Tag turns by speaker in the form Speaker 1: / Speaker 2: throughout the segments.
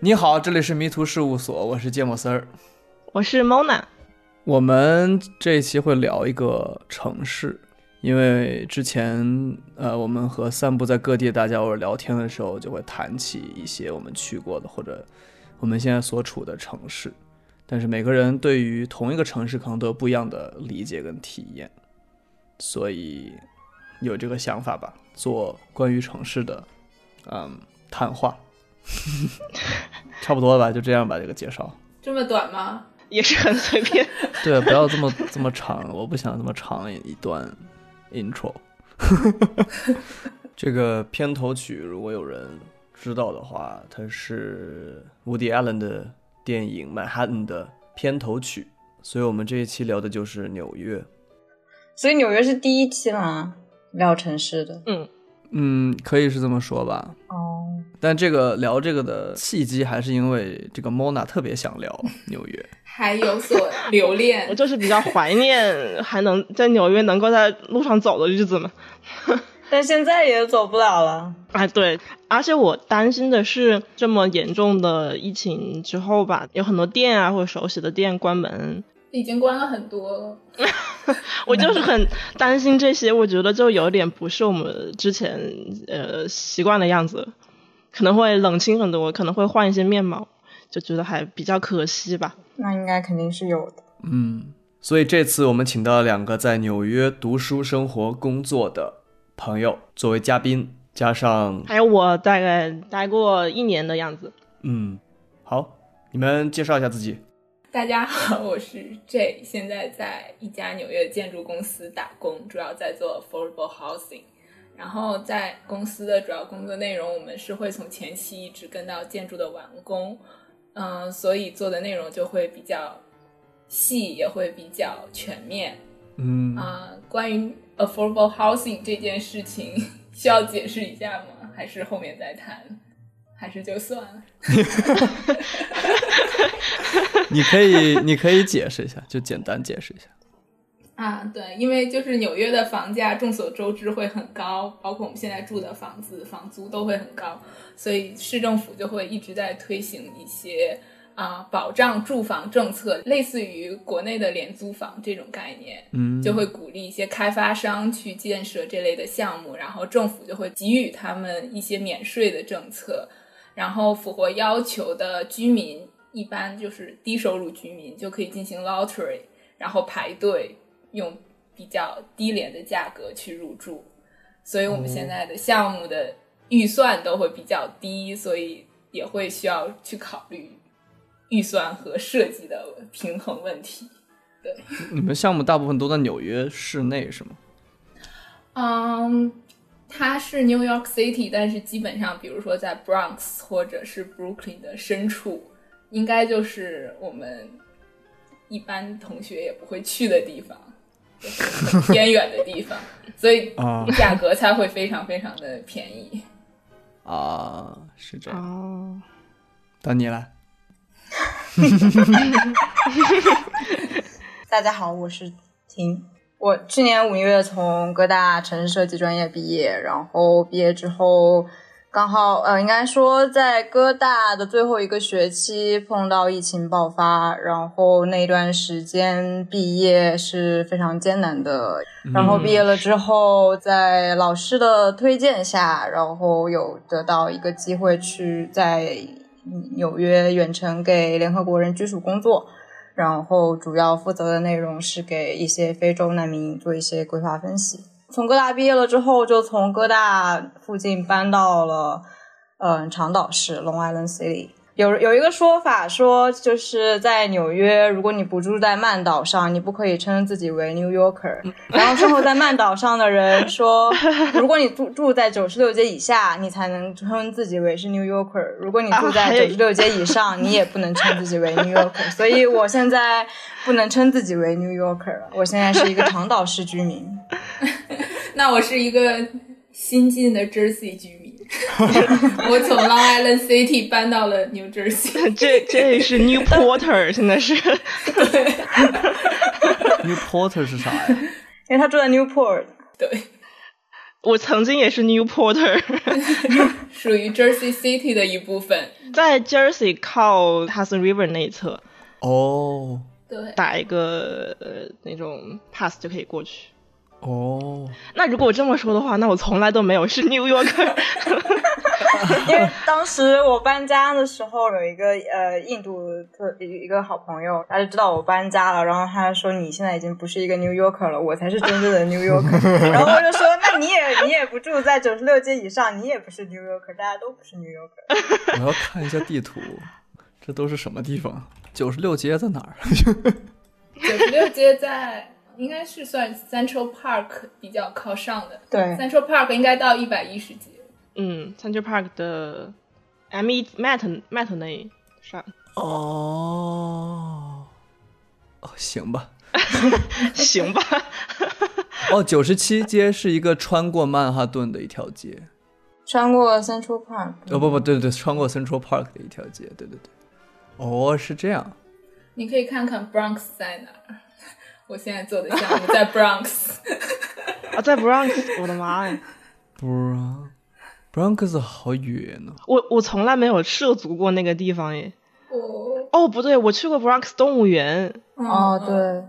Speaker 1: 你好，这里是迷途事务所，我是芥末丝儿。
Speaker 2: 我是 Mona。
Speaker 1: 我们这一期会聊一个城市，因为之前呃，我们和散步在各地的大家偶尔聊天的时候，就会谈起一些我们去过的或者我们现在所处的城市，但是每个人对于同一个城市可能都有不一样的理解跟体验，所以有这个想法吧，做关于城市的嗯谈话， 差不多了吧，就这样吧，这个介绍。
Speaker 3: 这么短吗？
Speaker 2: 也是很随便，
Speaker 1: 对，不要这么这么长，我不想这么长一段 intro。这个片头曲，如果有人知道的话，它是 Woody Allen 的电影《曼哈顿》的片头曲，所以我们这一期聊的就是纽约。
Speaker 4: 所以纽约是第一期嘛，聊城市的。
Speaker 1: 嗯，可以是这么说吧。
Speaker 4: 哦，
Speaker 1: 但这个聊这个的契机，还是因为这个 Mona 特别想聊纽约。
Speaker 3: 还有所留
Speaker 2: 我
Speaker 3: 恋，
Speaker 2: 就是比较怀念还能在纽约能够在路上走的日子嘛。
Speaker 4: 但现在也走不了了。
Speaker 2: 啊，对，而且我担心的是，这么严重的疫情之后吧，有很多店啊或者熟悉的店关门，
Speaker 3: 已经关了很多了。
Speaker 2: 我就是很担心这些，我觉得就有点不是我们之前呃习惯的样子，可能会冷清很多，可能会换一些面貌，就觉得还比较可惜吧。
Speaker 4: 那应该肯定是有的。
Speaker 1: 嗯，所以这次我们请到了两个在纽约读书、生活、工作的朋友作为嘉宾，加上
Speaker 2: 还有我大概待过一年的样子，
Speaker 1: 嗯，好，你们介绍一下自己。
Speaker 3: 大家好，我是 J，现在在一家纽约建筑公司打工，主要在做 affordable housing。然后在公司的主要工作内容，我们是会从前期一直跟到建筑的完工，嗯，所以做的内容就会比较细，也会比较全面。
Speaker 1: 嗯
Speaker 3: 啊、关于 affordable housing 这件事情， 需要解释一下吗？还是后面再谈？还是就算了？
Speaker 1: 你可以， 你可以解释一下，就简单解释一下。
Speaker 3: 啊，对，因为就是纽约的房价众所周知会很高，包括我们现在住的房子，房租都会很高，所以市政府就会一直在推行一些啊保障住房政策，类似于国内的廉租房这种概念。
Speaker 1: 嗯，
Speaker 3: 就会鼓励一些开发商去建设这类的项目，然后政府就会给予他们一些免税的政策，然后符合要求的居民，一般就是低收入居民就可以进行 lottery，然后排队用比较低廉的价格去入住，所以我们现在的项目的预算都会比较低，所以也会需要去考虑预算和设计的平衡问题。
Speaker 1: 你们项目大部分都在纽约市内是吗？
Speaker 3: 嗯，它是 New York City，但是基本上，比如说在 Bronx 或者是 Brooklyn 的深处，应该就是我们一般同学也不会去的地方，就是很偏远的地方，所以
Speaker 1: 啊
Speaker 3: 价格才会非常非常的便宜。
Speaker 1: 啊，是这样。
Speaker 2: 哦，
Speaker 1: 到你来。
Speaker 4: 大家好，我是婷。我去年五月从哥大城市设计专业毕业，然后毕业之后刚好呃，应该说在哥大的最后一个学期碰到疫情爆发，然后那段时间毕业是非常艰难的，然后毕业了之后，在老师的推荐下，然后有得到一个机会去在纽约远程给联合国人居署工作，然后主要负责的内容是给一些非洲难民做一些规划分析。从哥大毕业了之后，就从哥大附近搬到了嗯长岛市 Long Island City。有有一个说法说，就是在纽约，如果你不住在曼岛上，你不可以称自己为 New Yorker。然
Speaker 2: 嗯
Speaker 4: 后生活在曼岛上的人说，如果你住住在九十六街以下，你才能称自己为是 New Yorker。如果你住
Speaker 2: 啊
Speaker 4: 在
Speaker 2: 还
Speaker 4: 九
Speaker 2: 有
Speaker 4: 十六街以上，你也不能称自己为 New Yorker。所以我现在不能称自己为 New Yorker 了，我现在是一个长岛市居民。
Speaker 3: 那我是一个新进的 Jersey 居民， 我从 Long Island City 搬到了 New Jersey。
Speaker 2: 这这是 New Porter，现在是
Speaker 1: New Porter 是啥呀？
Speaker 4: 因为他住在 Newport。
Speaker 3: 对，
Speaker 2: 我曾经也是 Newporter，
Speaker 3: 属于 Jersey City 的一部分。
Speaker 2: 在 Jersey 靠 Hudson River 那一侧
Speaker 1: 哦
Speaker 3: 对，
Speaker 2: 打一个呃那种 pass 就可以过去。
Speaker 1: 哦，
Speaker 2: 那如果我这么说的话，那我从来都没有是 New Yorker。
Speaker 4: 因为当时我搬家的时候，有一个呃印度特一个好朋友，他就知道我搬家了，然后他说你现在已经不是一个 New Yorker 了，我才是真正的 New Yorker。然后我就说，那你也你也不住在九十六街以上，你也不是 New Yorker，大家都不是 New Yorker。
Speaker 1: 我要看一下地图，这都是什么地方？九十六街在哪儿？
Speaker 3: 九十六街在应该是算 Central Park 比较靠上的
Speaker 4: 对，
Speaker 3: ，Central Park 应该到一百一十街。
Speaker 2: 嗯，Central Park 的 M E Mat Mat 那上
Speaker 1: 哦，哦，行吧。
Speaker 2: 行吧？
Speaker 1: 哦，九十七街是一个穿过曼哈顿的一条街，
Speaker 4: 穿过 Central Park，
Speaker 1: 哦不不对对对，穿过 Central Park 的一条街，对对对。哦，是这样。
Speaker 3: 你可以看看 Bronx 在哪儿。我现在做的项目在 Bronx，
Speaker 2: 啊，在 Bronx，我的妈呀！
Speaker 1: Bron Bronx 好远哦呢、
Speaker 2: 我我从来没有涉足过那个地方耶。
Speaker 3: 哦，
Speaker 2: 哦，不对，我去过 Bronx 动物园。
Speaker 3: 嗯
Speaker 4: 哦，，
Speaker 3: 嗯
Speaker 4: 对，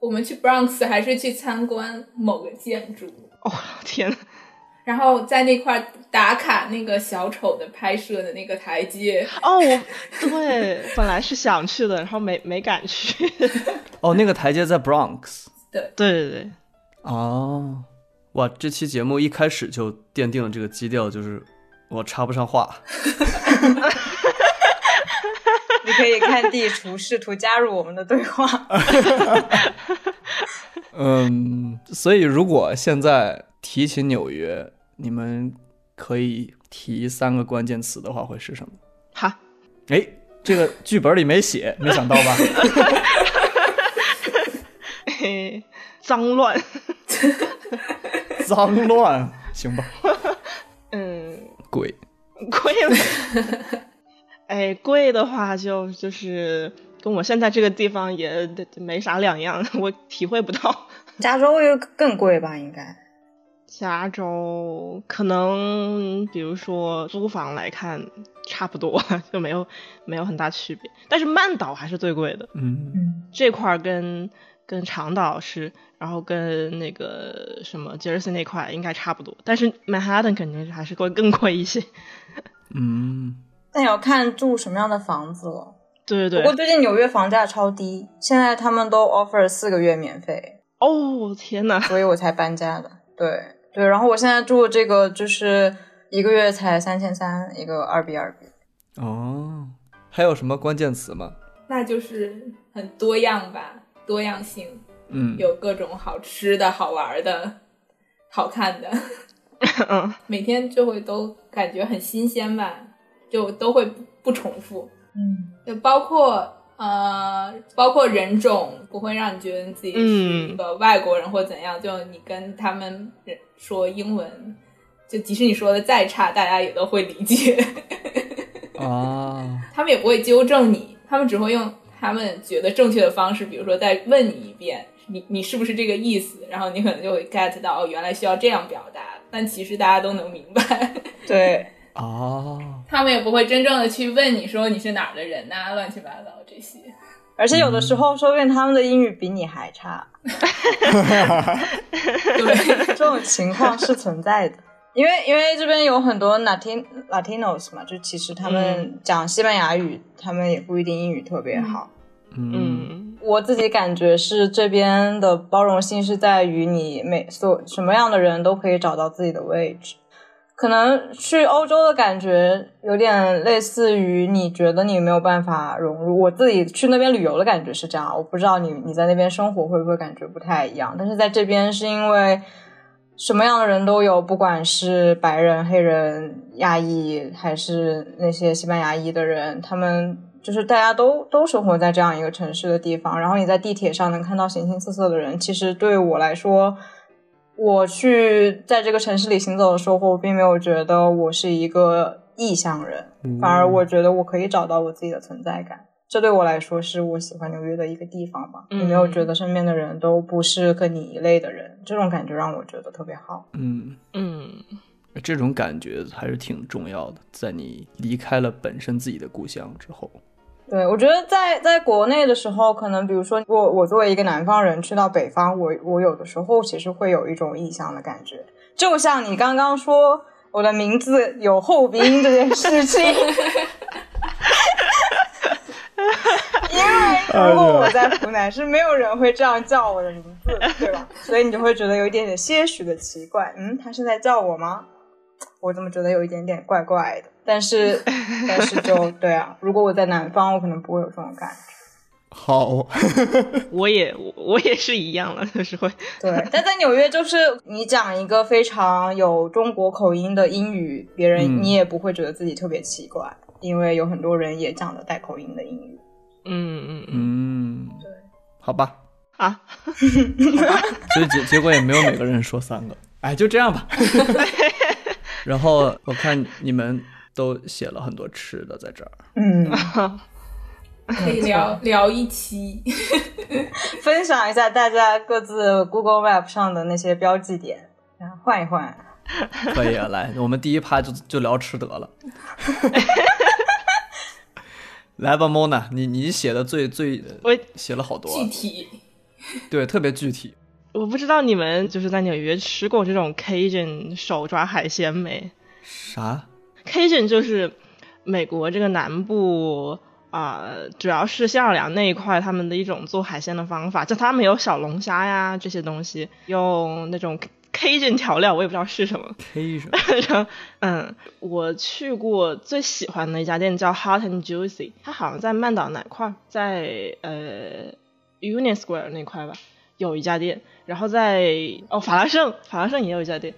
Speaker 3: 我们去 Bronx 还是去参观某个建筑，
Speaker 2: 哦天呐，
Speaker 3: 然后在那块儿打卡那个小丑的拍摄的那个台阶，
Speaker 2: 哦我对，本来是想去的，然后没没敢去。
Speaker 1: 哦，那个台阶在 Bronx
Speaker 2: 对对对，
Speaker 1: 哦。哇，这期节目一开始就奠定了这个基调，就是我插不上话。
Speaker 4: 你可以看地图，试图加入我们的对话。
Speaker 1: 嗯，所以如果现在提起纽约，你们可以提三个关键词的话，会是什么？
Speaker 2: 好，
Speaker 1: 哎，这个剧本里没写，没想到吧？
Speaker 2: 嘿脏乱，
Speaker 1: 脏乱，行吧？
Speaker 2: 嗯，
Speaker 1: 鬼
Speaker 2: 贵了。 哎，贵的话就就是跟我现在这个地方也没啥两样， 我体会不到。
Speaker 4: 加州又更贵吧？应该
Speaker 2: 加州可能比如说租房来看差不多， 就没有没有很大区别。但是曼岛还是最贵的，
Speaker 1: 嗯，
Speaker 2: 这块儿跟跟长岛是，然后跟那个什么杰 e 森那块儿应该差不多，但是曼哈顿肯定是还是会更贵一些。
Speaker 1: 嗯，
Speaker 4: 那也要看住什么样的房子了。
Speaker 2: 对对
Speaker 4: 不过
Speaker 2: 对，
Speaker 4: 最近纽约房价超低，现在他们都 offer 四个月免费，
Speaker 2: 哦天呐，
Speaker 4: 所以我才搬家的。对对，然后我现在住这个就是一个月才三千三，一个二 B 二 B。
Speaker 1: 哦，还有什么关键词吗？
Speaker 3: 那就是很多样吧，多样性，
Speaker 1: 嗯，
Speaker 3: 有各种好吃的、好玩的、好看的，
Speaker 2: 嗯，
Speaker 3: 每天就会都感觉很新鲜吧，就都会不不重复，
Speaker 4: 嗯，
Speaker 3: 就包括呃，包括人种，不会让你觉得自己是一个外国人或怎样，就你跟他们人说英文，就即使你说的再差，大家也都会理解，
Speaker 1: 啊。
Speaker 3: 他们也不会纠正你，他们只会用他们觉得正确的方式，比如说再问你一遍。你你是不是这个意思？然后你可能就会 get 到，哦，原来需要这样表达。但其实大家都能明白，
Speaker 4: 对，
Speaker 1: 哦，
Speaker 3: 他们也不会真正的去问你说你是哪儿的人呐、乱七八糟这些。
Speaker 4: 而且有的时候说不定他们的英语比你还差，
Speaker 3: 对，
Speaker 4: 这种情况是存在的。因为因为这边有很多 Latin Latinos 嘛，就其实他们讲西班牙语，他们也不一定英语特别好。
Speaker 1: 嗯，
Speaker 2: 嗯，
Speaker 4: 我自己感觉是这边的包容性是在于你每所什么样的人都可以找到自己的位置。可能去欧洲的感觉有点类似于你觉得你没有办法融入。我自己去那边旅游的感觉是这样，我不知道你你在那边生活会不会感觉不太一样。但是在这边是因为什么样的人都有，不管是白人、黑人、亚裔，还是那些西班牙裔的人，他们就是大家都都生活在这样一个城市的地方。然后你在地铁上能看到形形色色的人，其实对我来说。我去在这个城市里行走的时候，我并没有觉得我是一个异乡人，
Speaker 1: 嗯
Speaker 4: 反而我觉得我可以找到我自己的存在感。这对我来说是我喜欢纽约的一个地方吧。
Speaker 2: 嗯
Speaker 4: 你没有觉得身边的人都不是跟你一类的人，这种感觉让我觉得特别好。
Speaker 1: 嗯，
Speaker 2: 嗯
Speaker 1: 这种感觉还是挺重要的，在你离开了本身自己的故乡之后。
Speaker 4: 对，我觉得在在国内的时候，可能比如说我我作为一个南方人去到北方，我我有的时候其实会有一种异乡的感觉，就像你刚刚说我的名字有后鼻音这件事情，因为如果我在湖南是没有人会这样叫我的名字，对吧？所以你就会觉得有一点点些许的奇怪，嗯，他是在叫我吗？我怎么觉得有一点点怪怪的？但是，但是就对啊，如果我在南方，我可能不会有这种感觉。
Speaker 1: 好，
Speaker 2: 嗯我也我我也是一样了，就是会
Speaker 4: 对，但在纽约，就是你讲一个非常有中国口音的英语，别人
Speaker 1: 嗯
Speaker 4: 你也不会觉得自己特别奇怪，因为有很多人也讲的带口音的英语。
Speaker 2: 嗯嗯嗯
Speaker 1: 嗯，好吧，
Speaker 2: 啊，
Speaker 1: 所以结结果也没有每个人说三个，哎，就这样吧。 然后我看你们都写了很多吃的在这儿，
Speaker 4: 嗯，
Speaker 3: 可以聊聊一期。
Speaker 4: 分享一下大家各自 Google Map 上的那些标记点，然后换一换。
Speaker 1: 可以啊，来，我们第一趴就就聊吃得了。 来吧，Mona，你你写的最最
Speaker 2: 我
Speaker 1: 写了好多啊，
Speaker 3: 具体
Speaker 1: 对，特别具体。
Speaker 2: 我不知道你们就是在纽约吃过这种 Cajun 手抓海鲜没
Speaker 1: 啥？
Speaker 2: ？Cajun 就是美国这个南部啊、呃主要是新奥尔良那一块他们的一种做海鲜的方法，就他们有小龙虾呀这些东西，用那种 Cajun 调料，我也不知道是什么。
Speaker 1: 黑什么？
Speaker 2: 嗯，我去过最喜欢的一家店叫 Hot and Juicy，它好像在曼岛哪块儿，在呃 Union Square 那块吧，有一家店。然后在哦法拉盛，法拉盛也有一家店。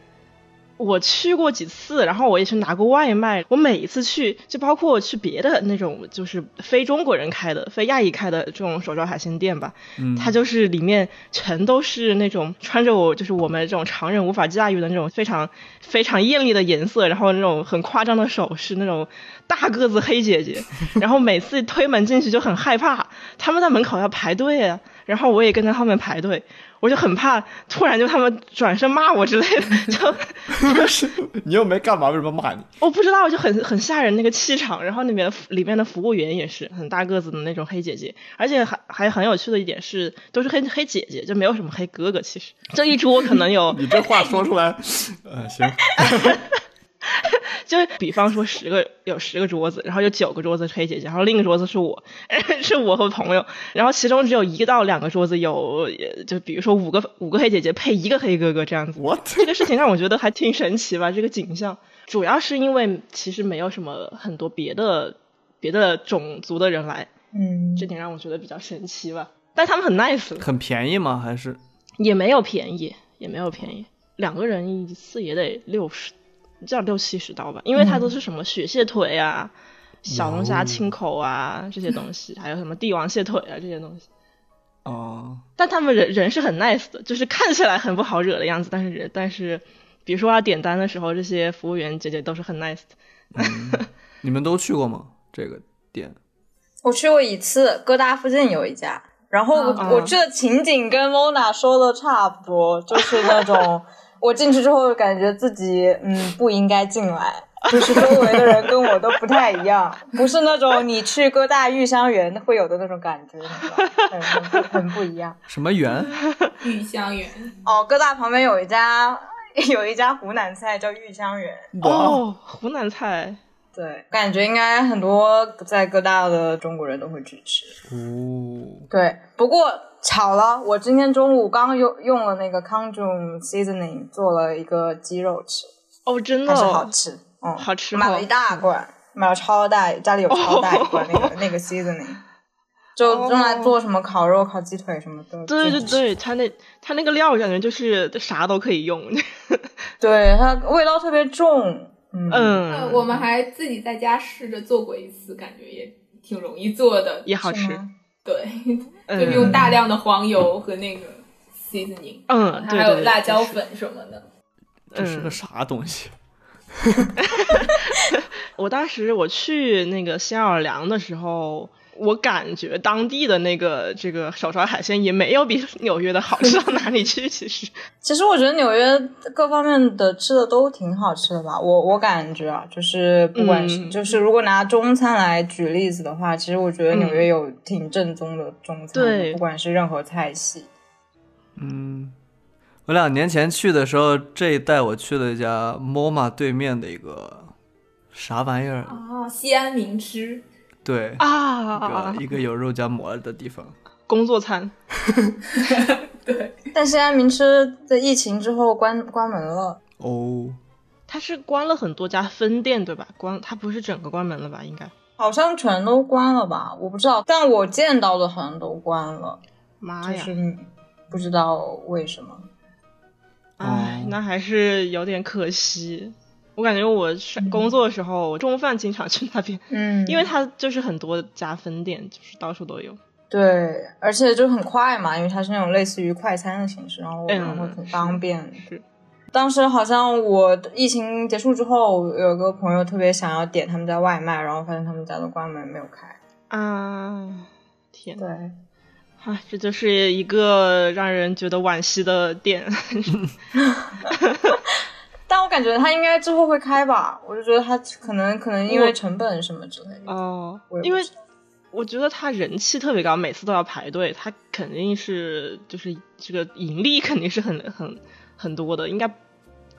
Speaker 2: 我去过几次，然后我也去拿过外卖。我每一次去，就包括去别的那种，就是非中国人开的、非亚裔开的这种手抓海鲜店吧，
Speaker 1: 嗯，
Speaker 2: 它就是里面全都是那种穿着我就是我们这种常人无法驾驭的那种非常非常艳丽的颜色，然后那种很夸张的手势，那种大个子黑姐姐，然后每次推门进去就很害怕，他们在门口要排队啊，然后我也跟在后面排队，我就很怕突然就他们转身骂我之类的，就
Speaker 1: 不是你又没干嘛，为什么骂你？，
Speaker 2: 我不知道，就很很吓人那个气场。然后那边里面的服务员也是很大个子的那种黑姐姐，而且还还很有趣的一点是，都是黑黑姐姐，就没有什么黑哥哥。其实这一桌可能有
Speaker 1: 你这话说出来，嗯，行，
Speaker 2: 就是比方说十个有十个桌子，然后有九个桌子是黑姐姐，然后另一个桌子是我， 是我和朋友，然后其中只有一到两个桌子有，呃就比如说五个五个黑姐姐配一个黑哥哥这样子。
Speaker 1: 我
Speaker 2: 这个事情让我觉得还挺神奇吧，这个景象，主要是因为其实没有什么很多别的别的种族的人来，
Speaker 4: 嗯，
Speaker 2: 这点让我觉得比较神奇吧。但他们很 nice，了
Speaker 1: 很便宜吗？还是
Speaker 2: 也没有便宜，也没有便宜，两个人一次也得六十，这样六七十刀吧，因为它都是什么雪蟹腿啊、小龙虾青口啊这些东西，还有什么帝王蟹腿啊这些东西。
Speaker 1: 哦，
Speaker 2: 但他们人人是很 nice 的，就是看起来很不好惹的样子，但是人但是，比如说要点单的时候，这些服务员姐姐都是很 nice 的。
Speaker 1: 嗯你们都去过吗？这个店？
Speaker 4: 我去过一次，哥大附近有一家。然后我,、
Speaker 2: 嗯
Speaker 4: 我去的情景跟 Mona 说的差不多，就是那种我进去之后感觉自己嗯不应该进来，就是周围的人跟我都不太一样，不是那种你去哥大玉香园会有的那种感觉，你知道吗很很不很不一样。
Speaker 1: 什么园？
Speaker 3: 玉香园，
Speaker 4: 哦，哥大旁边有一家 有一家湖南菜叫玉香园，
Speaker 2: 哦，湖南菜，
Speaker 4: 对，感觉应该很多在哥大的中国人都会去吃。
Speaker 1: 哦，
Speaker 4: 对，不过巧了，我今天中午刚用用了那个 Conjun Seasoning 做了一个鸡肉吃，
Speaker 2: 哦，真的
Speaker 4: 但是好
Speaker 2: 哦，
Speaker 4: 吃，嗯，
Speaker 2: 好吃
Speaker 4: 买
Speaker 2: 哦
Speaker 4: 了一大罐，买了超大，家里有超大一罐那个、
Speaker 2: 哦
Speaker 4: 那个 Seasoning，就用来做什么烤肉、烤鸡腿什么的。
Speaker 2: 对对
Speaker 4: 就
Speaker 2: 对，它那它那个料感觉就是啥都可以用，
Speaker 4: 对，它味道特别重，嗯，
Speaker 3: 呃，
Speaker 2: 嗯，
Speaker 3: 我们还自己在家试着做过一次，感觉也挺容易做的。
Speaker 2: 也好
Speaker 4: 是
Speaker 2: 吃，
Speaker 4: 吗
Speaker 3: 对，
Speaker 2: 嗯，
Speaker 3: 就是用大量的黄油和那个 seasoning，
Speaker 2: 嗯对
Speaker 3: 还有
Speaker 2: 对
Speaker 3: 辣椒
Speaker 2: 是
Speaker 3: 粉什么的。
Speaker 1: 这是个
Speaker 2: 嗯
Speaker 1: 啥东西？
Speaker 2: 我当时我去那个新奥尔良的时候，我感觉当地的那个这个手抓海鲜也没有比纽约的好 吃到哪里去。其实，
Speaker 4: 其实我觉得纽约各方面的吃的都挺好吃的吧，我我感觉啊，就是不管是、
Speaker 2: 嗯
Speaker 4: 就是如果拿中餐来举例子的话，其实我觉得纽约有挺正宗的中
Speaker 2: 嗯
Speaker 4: 餐的，
Speaker 2: 对
Speaker 4: 不管是任何菜系。
Speaker 1: 嗯，我两年前去的时候，这一带我去了一家 MoMA 对面的一个啥玩意儿，
Speaker 3: 哦，西安名吃，
Speaker 1: 对，
Speaker 2: 啊
Speaker 1: 一个一个有肉夹馍的地方。
Speaker 2: 工作餐
Speaker 3: 对，
Speaker 4: 但西安名吃在疫情之后关关门了，
Speaker 1: 哦，
Speaker 2: 它是关了很多家分店对吧？关它不是整个关门了吧？应该，
Speaker 4: 好像全都关了吧？我不知道，但我见到的好像都关了，
Speaker 2: 妈
Speaker 4: 就
Speaker 2: 呀！
Speaker 4: 是不知道为什么。
Speaker 2: 唉
Speaker 1: 哦，
Speaker 2: 哎那还是有点可惜。我感觉我
Speaker 3: 嗯
Speaker 2: 上工作的时候，我中饭经常去那边，
Speaker 4: 嗯，
Speaker 2: 因为它就是很多家分店，就是到处都有。
Speaker 4: 对，而且就很快嘛，因为它是那种类似于快餐的形式，然后
Speaker 2: 嗯
Speaker 4: 然后很方便。
Speaker 2: 是
Speaker 4: 当时好像我疫情结束之后，有个朋友特别想要点他们家外卖，然后发现他们家都关门没有开。
Speaker 2: 啊，天呐，
Speaker 4: 对，
Speaker 2: 啊，这就是一个让人觉得惋惜的 店。
Speaker 4: 但我感觉他应该之后会开吧，我就觉得他可能可能因为成本什么之类 的。
Speaker 2: 哦
Speaker 4: 我也，不
Speaker 2: 因为
Speaker 4: 知道
Speaker 2: 我觉得他人气特别高，每次都要排队，他肯定是就是这个盈利肯定是很很很多的，应该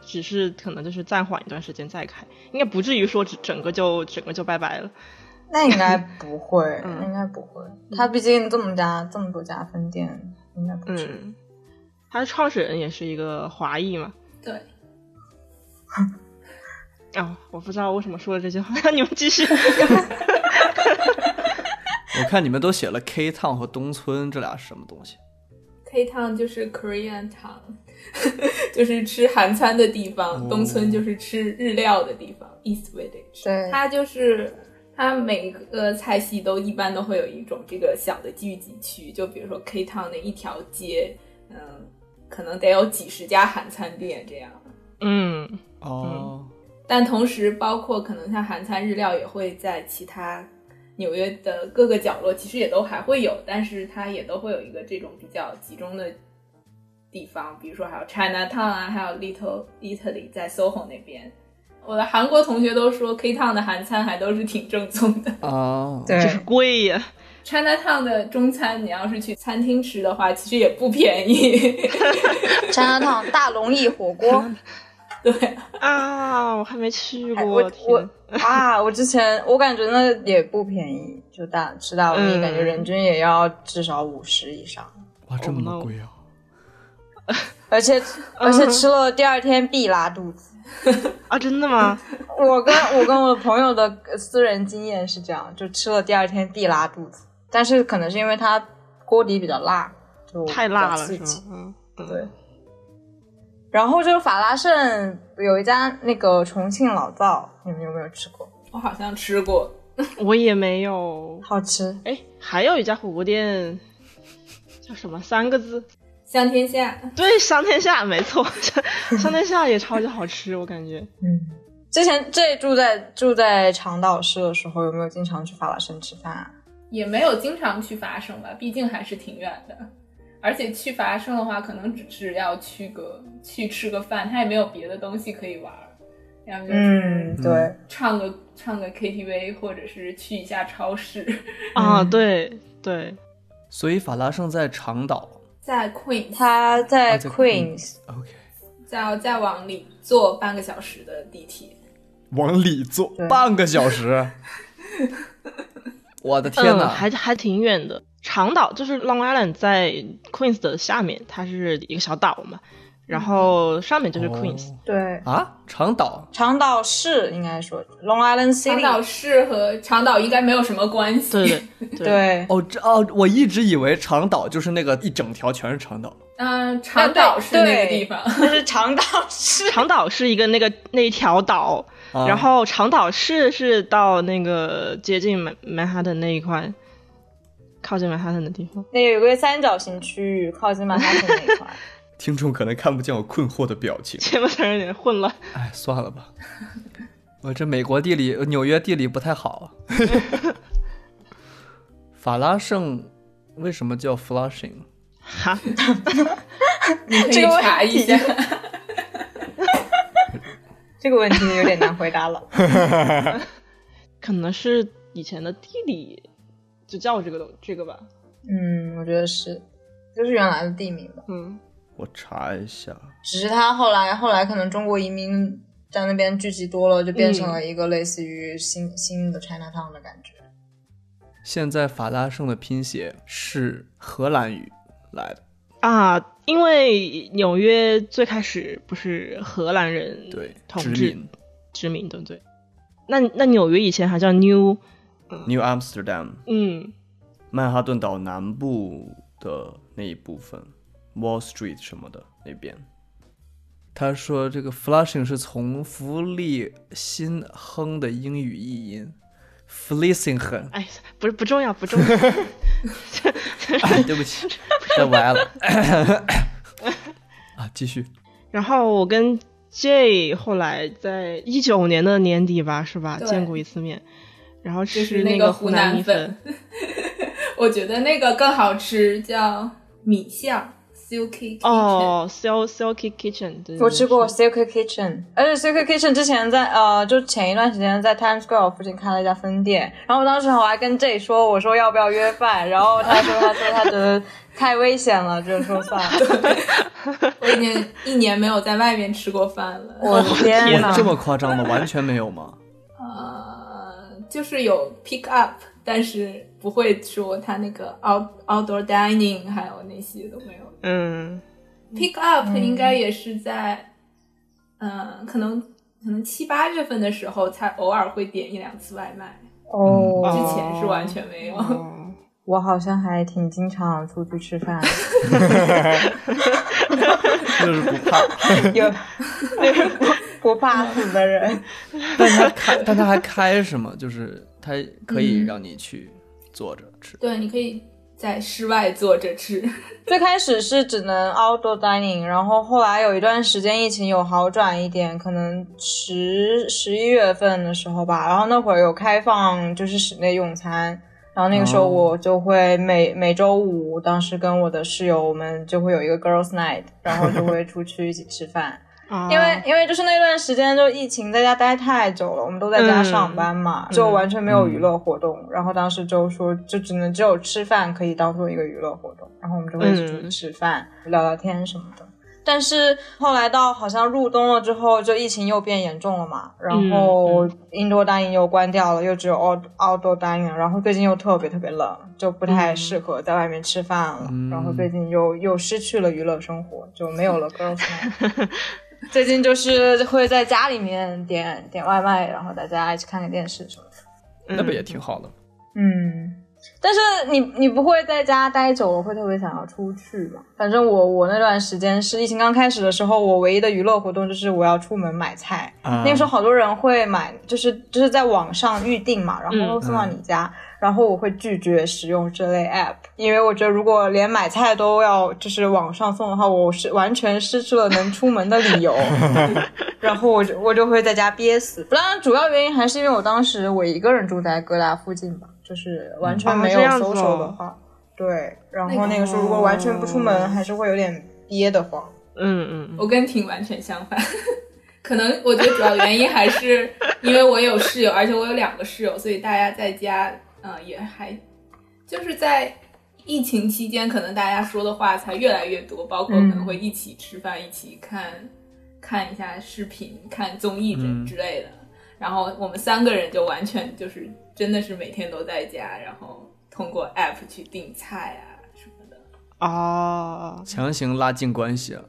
Speaker 2: 只是可能就是暂缓一段时间再开，应该不至于说只整个就整个就拜拜了。
Speaker 4: 那应该不会，
Speaker 2: 嗯
Speaker 4: 那应该不会。他毕竟这么家这么多家分店，应该不是。
Speaker 2: 嗯，他的创始人也是一个华裔嘛。
Speaker 3: 对，
Speaker 2: 啊、我不知道为什么说了这句话， 那你们 继续。
Speaker 1: 我看你们都写了 K Town 和东村，这俩是什么东西？
Speaker 3: K Town 就是 Korean Town，就是吃韩餐的地方；
Speaker 1: 哦
Speaker 3: 东村就是吃日料的地方；East Village，
Speaker 4: 对
Speaker 3: 它就是它每个菜系都一般都会有一种这个小的聚集区，就比如说 K Town 的一条街，嗯，可能得有几十家韩餐店这样。
Speaker 2: 嗯，
Speaker 1: 哦，
Speaker 3: 但同时，包括可能像韩餐、日料也会在其他纽约的各个角落，其实也都还会有，但是它也都会有一个这种比较集中的地方，比如说还有 China Town 啊，还有 Little Italy 在 SoHo 那边。我的韩国同学都说 K Town 的韩餐还都是挺正宗的
Speaker 1: 啊，
Speaker 4: 对
Speaker 2: 就是贵呀。
Speaker 3: ，China Town 的中餐你要是去餐厅吃的话，其实也不便宜。
Speaker 4: ，China Town 大龙燚火锅。
Speaker 3: 对，
Speaker 2: 啊，我还没去
Speaker 4: 哎
Speaker 2: 过，
Speaker 4: 我
Speaker 2: 天
Speaker 4: 我，啊！我之前我感觉那也不便宜，就大吃大龙燚，
Speaker 2: 嗯
Speaker 4: 感觉人均也要至少五十以上，
Speaker 1: 哇，这么
Speaker 2: no
Speaker 1: 贵啊！
Speaker 4: 而且而且吃了第二天必拉肚子。
Speaker 2: 啊，真的吗？
Speaker 4: 嗯我跟我跟我的朋友的呃私人经验是这样，就吃了第二天必拉肚子，但是可能是因为它锅底比较辣，就
Speaker 2: 太辣了是
Speaker 4: 比较
Speaker 2: 吗
Speaker 4: 刺激？
Speaker 2: 嗯，
Speaker 4: 对。然后就是法拉盛有一家那个重庆老灶，你们有没有吃过？
Speaker 3: 我好像吃过，
Speaker 2: 我也没有。
Speaker 4: 好吃，
Speaker 2: 哎，还有一家火锅店叫什么？三个字？
Speaker 3: 香天下。
Speaker 2: 对，香天下，没错， 香天下也超级好吃，我感觉。
Speaker 4: 嗯，之前这住在住在长岛市的时候，有没有经常去法拉盛吃饭啊？
Speaker 3: 也没有经常去法省吧，毕竟还是挺远的。而且去法省的话，可能只是要去个去吃个饭，他也没有别的东西可以玩儿，要么就是
Speaker 4: 嗯，对，
Speaker 3: 唱个、唱个 KTV，或者是去一下超市，
Speaker 2: 啊，
Speaker 4: 嗯
Speaker 2: 对对，
Speaker 1: 所以法拉盛在长岛
Speaker 3: 在 Queen，
Speaker 4: 他
Speaker 1: 啊
Speaker 4: 在
Speaker 1: 在
Speaker 4: Queens，
Speaker 1: ，OK，
Speaker 3: 再再往里坐半个小时的地铁。
Speaker 1: 往里坐
Speaker 4: 对
Speaker 1: 半个小时， 我的天
Speaker 2: 嗯，
Speaker 1: 哪！
Speaker 2: 还还挺远的。长岛就是 Long Island 在 Queens 的下面，它是一个小岛嘛，然后上面就是 Queens，、
Speaker 1: 哦
Speaker 4: 对，
Speaker 1: 啊，长岛
Speaker 4: 长岛市应该说 Long Island
Speaker 3: 长岛
Speaker 4: City，
Speaker 3: 市和长岛应该没有什么关系。
Speaker 2: 对对对
Speaker 4: 对，
Speaker 1: 哦，这哦，我一直以为长岛就是那个一整条全是长岛。
Speaker 3: 嗯、长岛是那个地方。
Speaker 4: 那是长岛市，
Speaker 2: 长岛是一个那个那一条岛，
Speaker 1: 啊、
Speaker 2: 然后长岛市是到那个接近曼曼哈顿那一块，靠近曼哈顿的地方。
Speaker 4: 那有个三角形区域靠近曼哈顿那一块。
Speaker 1: 听众可能看不见我困惑的表 情，
Speaker 2: 前面词儿有点混乱。
Speaker 1: 哎，算了吧，我这美国地理、纽约地理不太好。啊 法拉盛为什么叫 Flushing？
Speaker 2: 哈，
Speaker 3: 你可以
Speaker 4: 这个问
Speaker 3: 查一下。
Speaker 4: 这个问题有点难回答了。
Speaker 2: 可能是以前的地理就叫这个东这个吧。
Speaker 4: 嗯，我觉得是，就是原来的地名吧。
Speaker 2: 嗯，
Speaker 1: 我查一下，
Speaker 4: 只是它后来后来可能中国移民在那边聚集多了，就变成了一个类似于新、新的 China Town 的感觉。
Speaker 1: 现在法拉盛的拼写是荷兰语来的，
Speaker 2: 啊，因为纽约最开始不是荷兰人
Speaker 1: 对，殖
Speaker 2: 统治
Speaker 1: 民
Speaker 2: 殖民的，对。那那纽约以前还叫 New，
Speaker 1: New Amsterdam，
Speaker 2: 嗯
Speaker 1: 曼哈顿岛南部的那一部分，Wall Street 什么的那边。他说这个 Flushing 是从弗利辛亨的英语译音 f l i s s i n g h e n
Speaker 2: 哎，不是不重要，不重要。
Speaker 1: 哎对不起，再歪了。啊，继续。
Speaker 2: 然后我跟 J 后来在一九年的年底吧，是吧，
Speaker 3: 对
Speaker 2: 见过一次面，然后
Speaker 3: 就
Speaker 2: 吃
Speaker 3: 是那个
Speaker 2: 湖
Speaker 3: 湖
Speaker 2: 南
Speaker 3: 南
Speaker 2: 米
Speaker 3: 粉，我觉得那个更好吃，叫米线 （silky kitchen）。
Speaker 2: 哦，Sil Silky Kitchen，对对对
Speaker 4: 我吃过
Speaker 2: 是
Speaker 4: Silk Kitchen，而且 Silk Kitchen 之前在呃，就前一段时间在 Times Square 附近开了一家分店，然后我当时我还跟 J 说，我说要不要约饭，然后他说他说他觉得太危险了，就说算了。
Speaker 3: 我已经一年没有在外面吃过饭了。
Speaker 4: 我的天
Speaker 1: 哇
Speaker 4: 哪！
Speaker 1: 这么夸张吗？完全没有吗？
Speaker 3: 呃，就是有 pick up，但是不会说它那个 out outdoor dining 还有那些都没有。
Speaker 2: 嗯
Speaker 3: pick up 应该也是在，嗯，可能可能七八月份的时候才偶尔会点一两次外卖，
Speaker 4: 哦，
Speaker 1: 嗯
Speaker 3: 之前是完全没有。
Speaker 2: 哦，
Speaker 4: 我好像还挺经常出去吃饭的，
Speaker 1: 就是不怕，
Speaker 4: 有不怕死的人。
Speaker 1: 但他开，但他还开什么？就是他可
Speaker 4: 嗯
Speaker 1: 以让你去坐着吃。
Speaker 3: 对，你可以在室外坐着吃。
Speaker 4: 最开始是只能 outdoor dining，然后后来有一段时间疫情有好转一点，可能十十一月份的时候吧，然后那会儿有开放就是室内用餐，然后那个时候
Speaker 1: 哦
Speaker 4: 我就会每每周五，当时跟我的室友我们就会有一个 girls night，然后就会出去一起吃饭。
Speaker 2: 啊
Speaker 4: 因为因为就是那段时间就疫情在家待太久了，我们都在家上班嘛，就完全没有娱乐活动。然后当时就说，就只能只有吃饭可以当做一个娱乐活动，然后我们就会出去吃饭、聊聊天什么的。但是后来到好像入冬了之后，就疫情又变严重了嘛，然后 indoor dining 又关掉了，又只有 out outdoor dining，然后最近又特别特别冷，就不太适合在外面吃饭了。
Speaker 1: 嗯
Speaker 4: 然后最近又又失去了娱乐生活，就没有了 girls night。最近就是会在家里面点点外卖，然后大家一起看个电视什么的。
Speaker 1: 那不也挺好的？
Speaker 4: 嗯，但是你你不会在家待久了会特别想要出去嘛？反正我我那段时间是疫情刚开始的时候，我唯一的娱乐活动就是我要出门买菜。
Speaker 2: 嗯
Speaker 1: 啊
Speaker 4: 那个时候好多人会买，就是就是在网上预
Speaker 2: 嗯
Speaker 4: 定嘛，然后送到你家。然后我会拒绝使用这类 app，因为我觉得如果连买菜都要就是网上送的话，我是完全失去了能出门的 理由。然后我就我就会在家憋死。不然主要原因还是因为我当时我一个人住在哥大附近吧，就是完全没有
Speaker 2: 哦这样子哦
Speaker 4: social 的话，对。然后那个时
Speaker 2: 那个
Speaker 4: 候如果完全不出门，还是会有点憋得慌。
Speaker 2: 嗯嗯嗯
Speaker 3: 我跟婷完全相反，可能我觉得主要原因还是因为我有室友，而且我有两个室友，所以大家在家，嗯、也还就是在疫情期间，可能大家说的话才越来越多，包括可能会一起吃饭，一起看看一下视频、看综艺之
Speaker 1: 嗯
Speaker 3: 之类的。然后我们三个人就完全就是真的是每天都在家，然后通过 app 去订菜啊什么的。
Speaker 2: 哦，
Speaker 1: 强行拉近关系啊！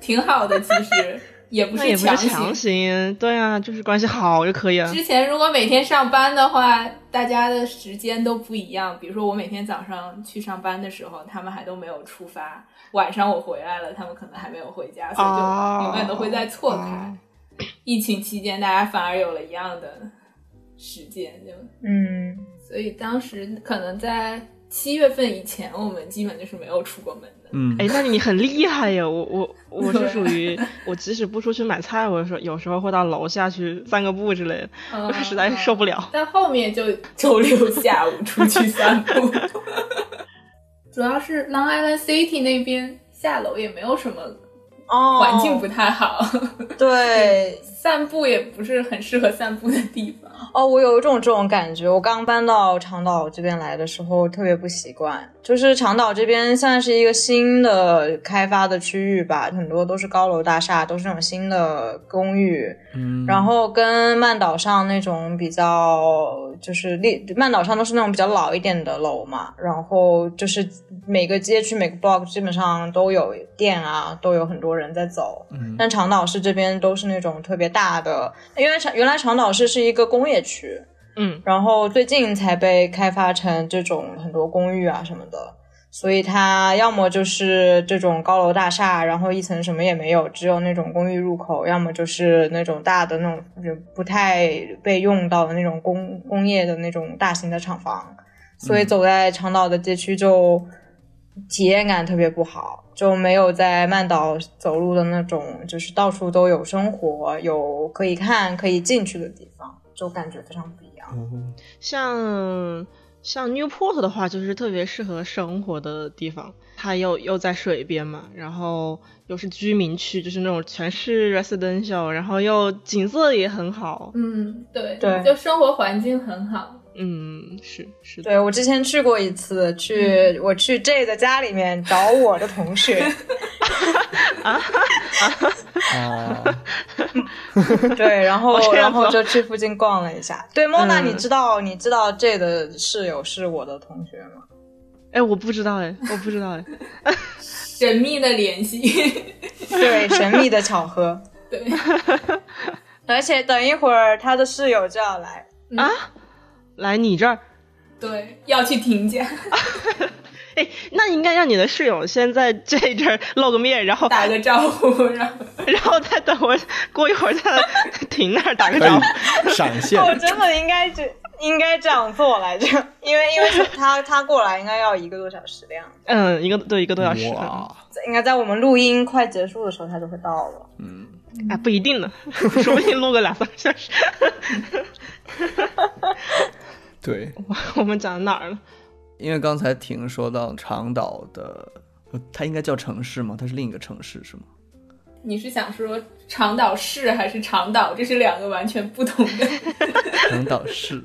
Speaker 3: 挺好的，其实也不
Speaker 2: 那也
Speaker 3: 是
Speaker 2: 不是
Speaker 3: 强
Speaker 2: 强
Speaker 3: 行。
Speaker 2: 行，对啊，就是关系好就可以了。
Speaker 3: 之前如果每天上班的话，大家的时间都不一样。比如说我每天早上去上班的时候，他们还都没有出发；晚上我回来了，他们可能还没有回家，所以
Speaker 2: 哦嗯
Speaker 3: 就永远都会在错开。疫情期间，大家反而有了一样的时间，就
Speaker 4: 嗯
Speaker 3: 所以当时可能在七月份以前，我们基本就是没有出过门的。
Speaker 1: 嗯
Speaker 2: 哎，那你很厉害呀！我我我是属于我即使不出去买菜，我说有时候会到楼下去散个步之类的，
Speaker 3: 嗯
Speaker 2: 实在是受不了。
Speaker 3: 但后面就 周六下午出 去散步，主要是 Long Island City 那边下楼也没有什么，
Speaker 4: 哦，
Speaker 3: 环境不太好，
Speaker 4: 对，
Speaker 3: 散步也不是很适合散步的地方。
Speaker 4: 哦，我有一种这种感觉。我刚搬到长岛这边来的时候，特别不习惯。就是长岛这边算是一个新的开发的区域吧，很多都是高楼大厦，都是那种新的公寓。
Speaker 1: 嗯，
Speaker 4: 然后跟曼岛上那种比较，就是历曼岛上都是那种比较老一点的楼嘛，然后就是每个街区每个 block 基本上都有店啊，都有很多人在走。
Speaker 1: 嗯
Speaker 4: 但长岛市这边都是那种特别大的，因为长原来长岛市是一个工业区，
Speaker 2: 嗯，
Speaker 4: 然后最近才被开发成这种很多公寓啊什么的，所以它要么就是这种高楼大厦，然后一层什么也没有，只有那种公寓入口；要么就是那种大的那种就不太被用到的那种工工业的那种大型的厂房，所以走在长岛的街区就体验感特别不好，就没有在曼岛走路的那种，就是到处都有生活、有可以看、可以进去的地方，就感觉非常不一样。
Speaker 1: 哦
Speaker 2: 像像 Newport 的话，就是特别适合生活的地方，它又又在水边嘛，然后又是居民区，就是那种全是 residential，然后又景色也很好。
Speaker 3: 嗯，对
Speaker 4: 对
Speaker 3: 就生活环境很好。
Speaker 2: 嗯，是是的。
Speaker 4: 对我之前去过一次，
Speaker 2: 嗯
Speaker 4: 去、我去 J 的家里面找我的同 学，
Speaker 1: 啊，
Speaker 4: 对，然后
Speaker 2: 哦这样子哦
Speaker 4: 然后就去附近逛了一下。对，莫娜，
Speaker 2: 嗯
Speaker 4: 你知道你知道 J 的室友是我的同学吗？
Speaker 2: 哎，我不知道哎，我不知道哎。
Speaker 3: 神秘的联系，
Speaker 4: 对，神秘的 巧合。
Speaker 3: 对，
Speaker 4: 而且等一会儿他的室友就要来，
Speaker 2: 来你这儿，
Speaker 3: 对，要去停假，
Speaker 2: 哎，那应该让你的室友先在这这儿露个面，然后
Speaker 3: 打个招呼，然后
Speaker 2: 然后再等我过一会儿再停那儿打个
Speaker 1: 可
Speaker 2: 招呼。
Speaker 1: 以闪现，
Speaker 4: 我哦真的应该这应该这样做来着，因为因为是他他过来应该要一个多小时的样子，
Speaker 2: 嗯，一个对一个多小时。
Speaker 1: 哇，
Speaker 4: 应该在我们录音快结束的时候他就会到了。
Speaker 1: 嗯，
Speaker 2: 哎，不一定呢， 说不定录个两三个小时。
Speaker 1: 对，
Speaker 2: 我们讲到哪儿了？
Speaker 1: 因为刚才婷说到长岛的，呃它应该叫城市吗？它是另一个城市是吗？
Speaker 3: 你是想说长岛市还是长岛？这是两个完全不同的。
Speaker 1: 长岛 市，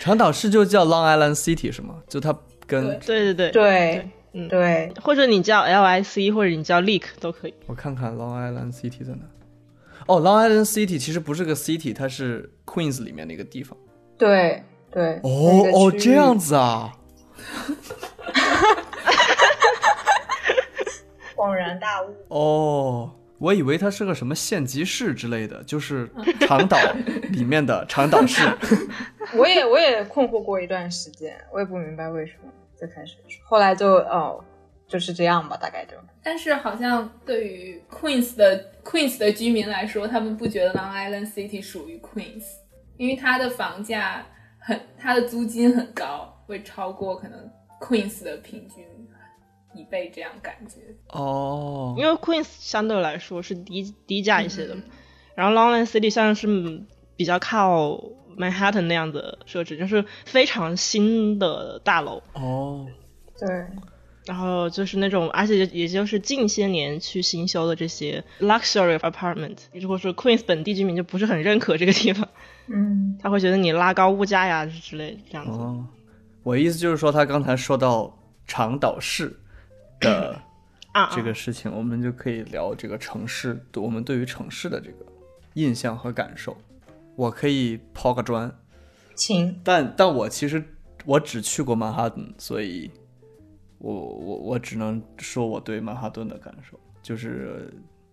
Speaker 1: 长岛市就叫 Long Island City 是吗？就它跟
Speaker 3: 对
Speaker 2: 对对对，
Speaker 4: 对
Speaker 2: 嗯
Speaker 4: 对，
Speaker 2: 或者你叫 L I C，或者你叫 Leak 都可以。
Speaker 1: 我看看 Long Island City 在哪？哦，Long Island City 其实不是个 city，它是 Queens 里面的一个地方。
Speaker 4: 对对。
Speaker 1: 哦
Speaker 4: 那个
Speaker 1: 哦，
Speaker 4: 区域
Speaker 1: 这样子啊，
Speaker 4: 恍然大悟。
Speaker 1: 哦，我以为它是个什么县级市之类的，就是长岛里面的长岛市。
Speaker 4: 我也我也困惑过一段时间，我也不明白为什么最开始的时候，后来就哦就是这样吧，大概就。
Speaker 3: 但是好像对于 Queens 的 Queens 的居民来说，他们不觉得 Long Island City 属于 Queens，因为它的房价很，它的租金很高，会超过可能 Queens 的平均一倍这样感觉。
Speaker 1: 哦，
Speaker 2: 因为 Queens 相对来说是低低价一些的，然后 Long Island City 像是嗯比较靠 Manhattan 那样的设置，就是非常新的大楼，
Speaker 1: 哦，
Speaker 4: 对，
Speaker 2: 然后就是那种，而且也就是近些年去新修的这些 luxury apartment，如果说 Queens 本地居民就不是很认可这个地方，
Speaker 4: 嗯，
Speaker 2: 他会觉得你拉高物价呀之类的这样子。
Speaker 1: 哦，我的意思就是说，他刚才说到长岛市的
Speaker 2: 啊啊，
Speaker 1: 这个事情，我们就可以聊这个城市，我们对于城市的这个印象和感受。我可以抛个砖，
Speaker 4: 请
Speaker 1: 但但我其实我只去过曼哈顿，所以我我我只能说我对曼哈顿的感受就是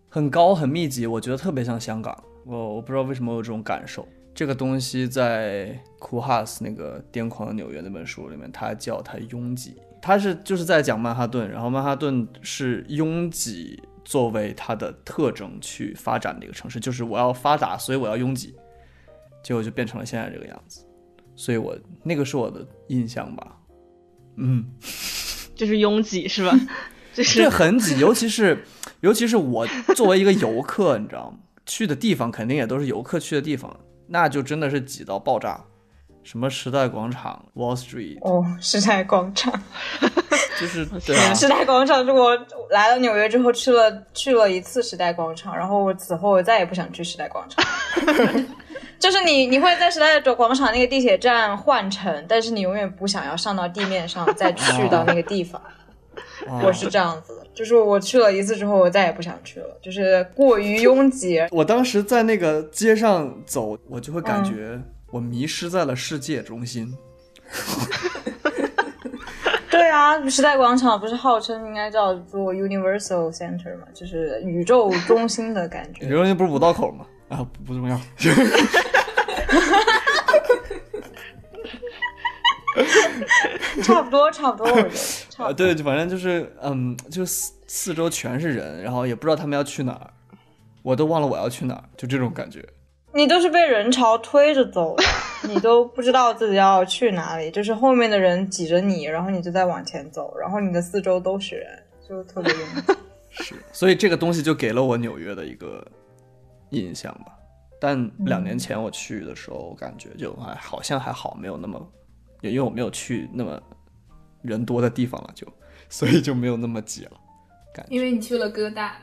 Speaker 1: 很高很密集，我觉得特别像香港。我我不知道为什么我有这种感受。这个东西在库哈斯那个《癫狂的纽约》那本书里面，它叫它拥挤，它是就是在讲曼哈顿，然后曼哈顿是拥挤作为它的特征去发展的一个城市，就是我要发达，所以我要拥挤，结果就变成了现在这个样子。所以我那个是我的印象吧。嗯，
Speaker 2: 就是拥挤是吧？ 就是
Speaker 1: 这很挤，尤其是 尤其是我作为一个游客，你知道吗？去的地方肯定也都是游客去的地方，那就真的是挤到爆炸。什么时代广场、Wall Street，
Speaker 4: 哦，时代广场，
Speaker 1: 就是对啊，
Speaker 4: 时代广场是我来了纽约之后去了去了一次时代广场，然后我此后我再也不想去时代广场。 就是你你会在时代广场那个地铁站换乘，但是你永远不想要上到地面上再去到那个地方。
Speaker 1: 哇
Speaker 4: 我是这样子的，就是我去了一次之后，我再也不想去了，就是过于拥挤。
Speaker 1: 我当时在那个街上走，我就会感觉
Speaker 4: 嗯
Speaker 1: 我迷失在了世界中心。
Speaker 4: 对啊，时代广场不是号称应该叫做 Universal Center 嘛，就是宇宙中心的感
Speaker 1: 你
Speaker 4: 觉。
Speaker 1: 说那不是五道口吗？啊，不不重要。
Speaker 4: 差不多，差不多，我觉得差
Speaker 1: 啊，
Speaker 4: 不多。
Speaker 1: 对，就反正就是，嗯，就四四周全是人，然后也不知道他们要去哪儿，我都忘了我要去哪儿，就这种感觉。
Speaker 4: 你都是被人潮推着走的，你都不知道自己要去哪里，就是后面的人挤着你，然后你就在往前走，然后你的四周都是人，就特别拥挤。
Speaker 1: 是，所以这个东西就给了我纽约的一个印象吧。但两年前我去的时候，我感觉就还好像还好，没有那么，也因为我没有去那么人多的地方了，就所以就没有那么挤了。
Speaker 3: 因为你去了哥大，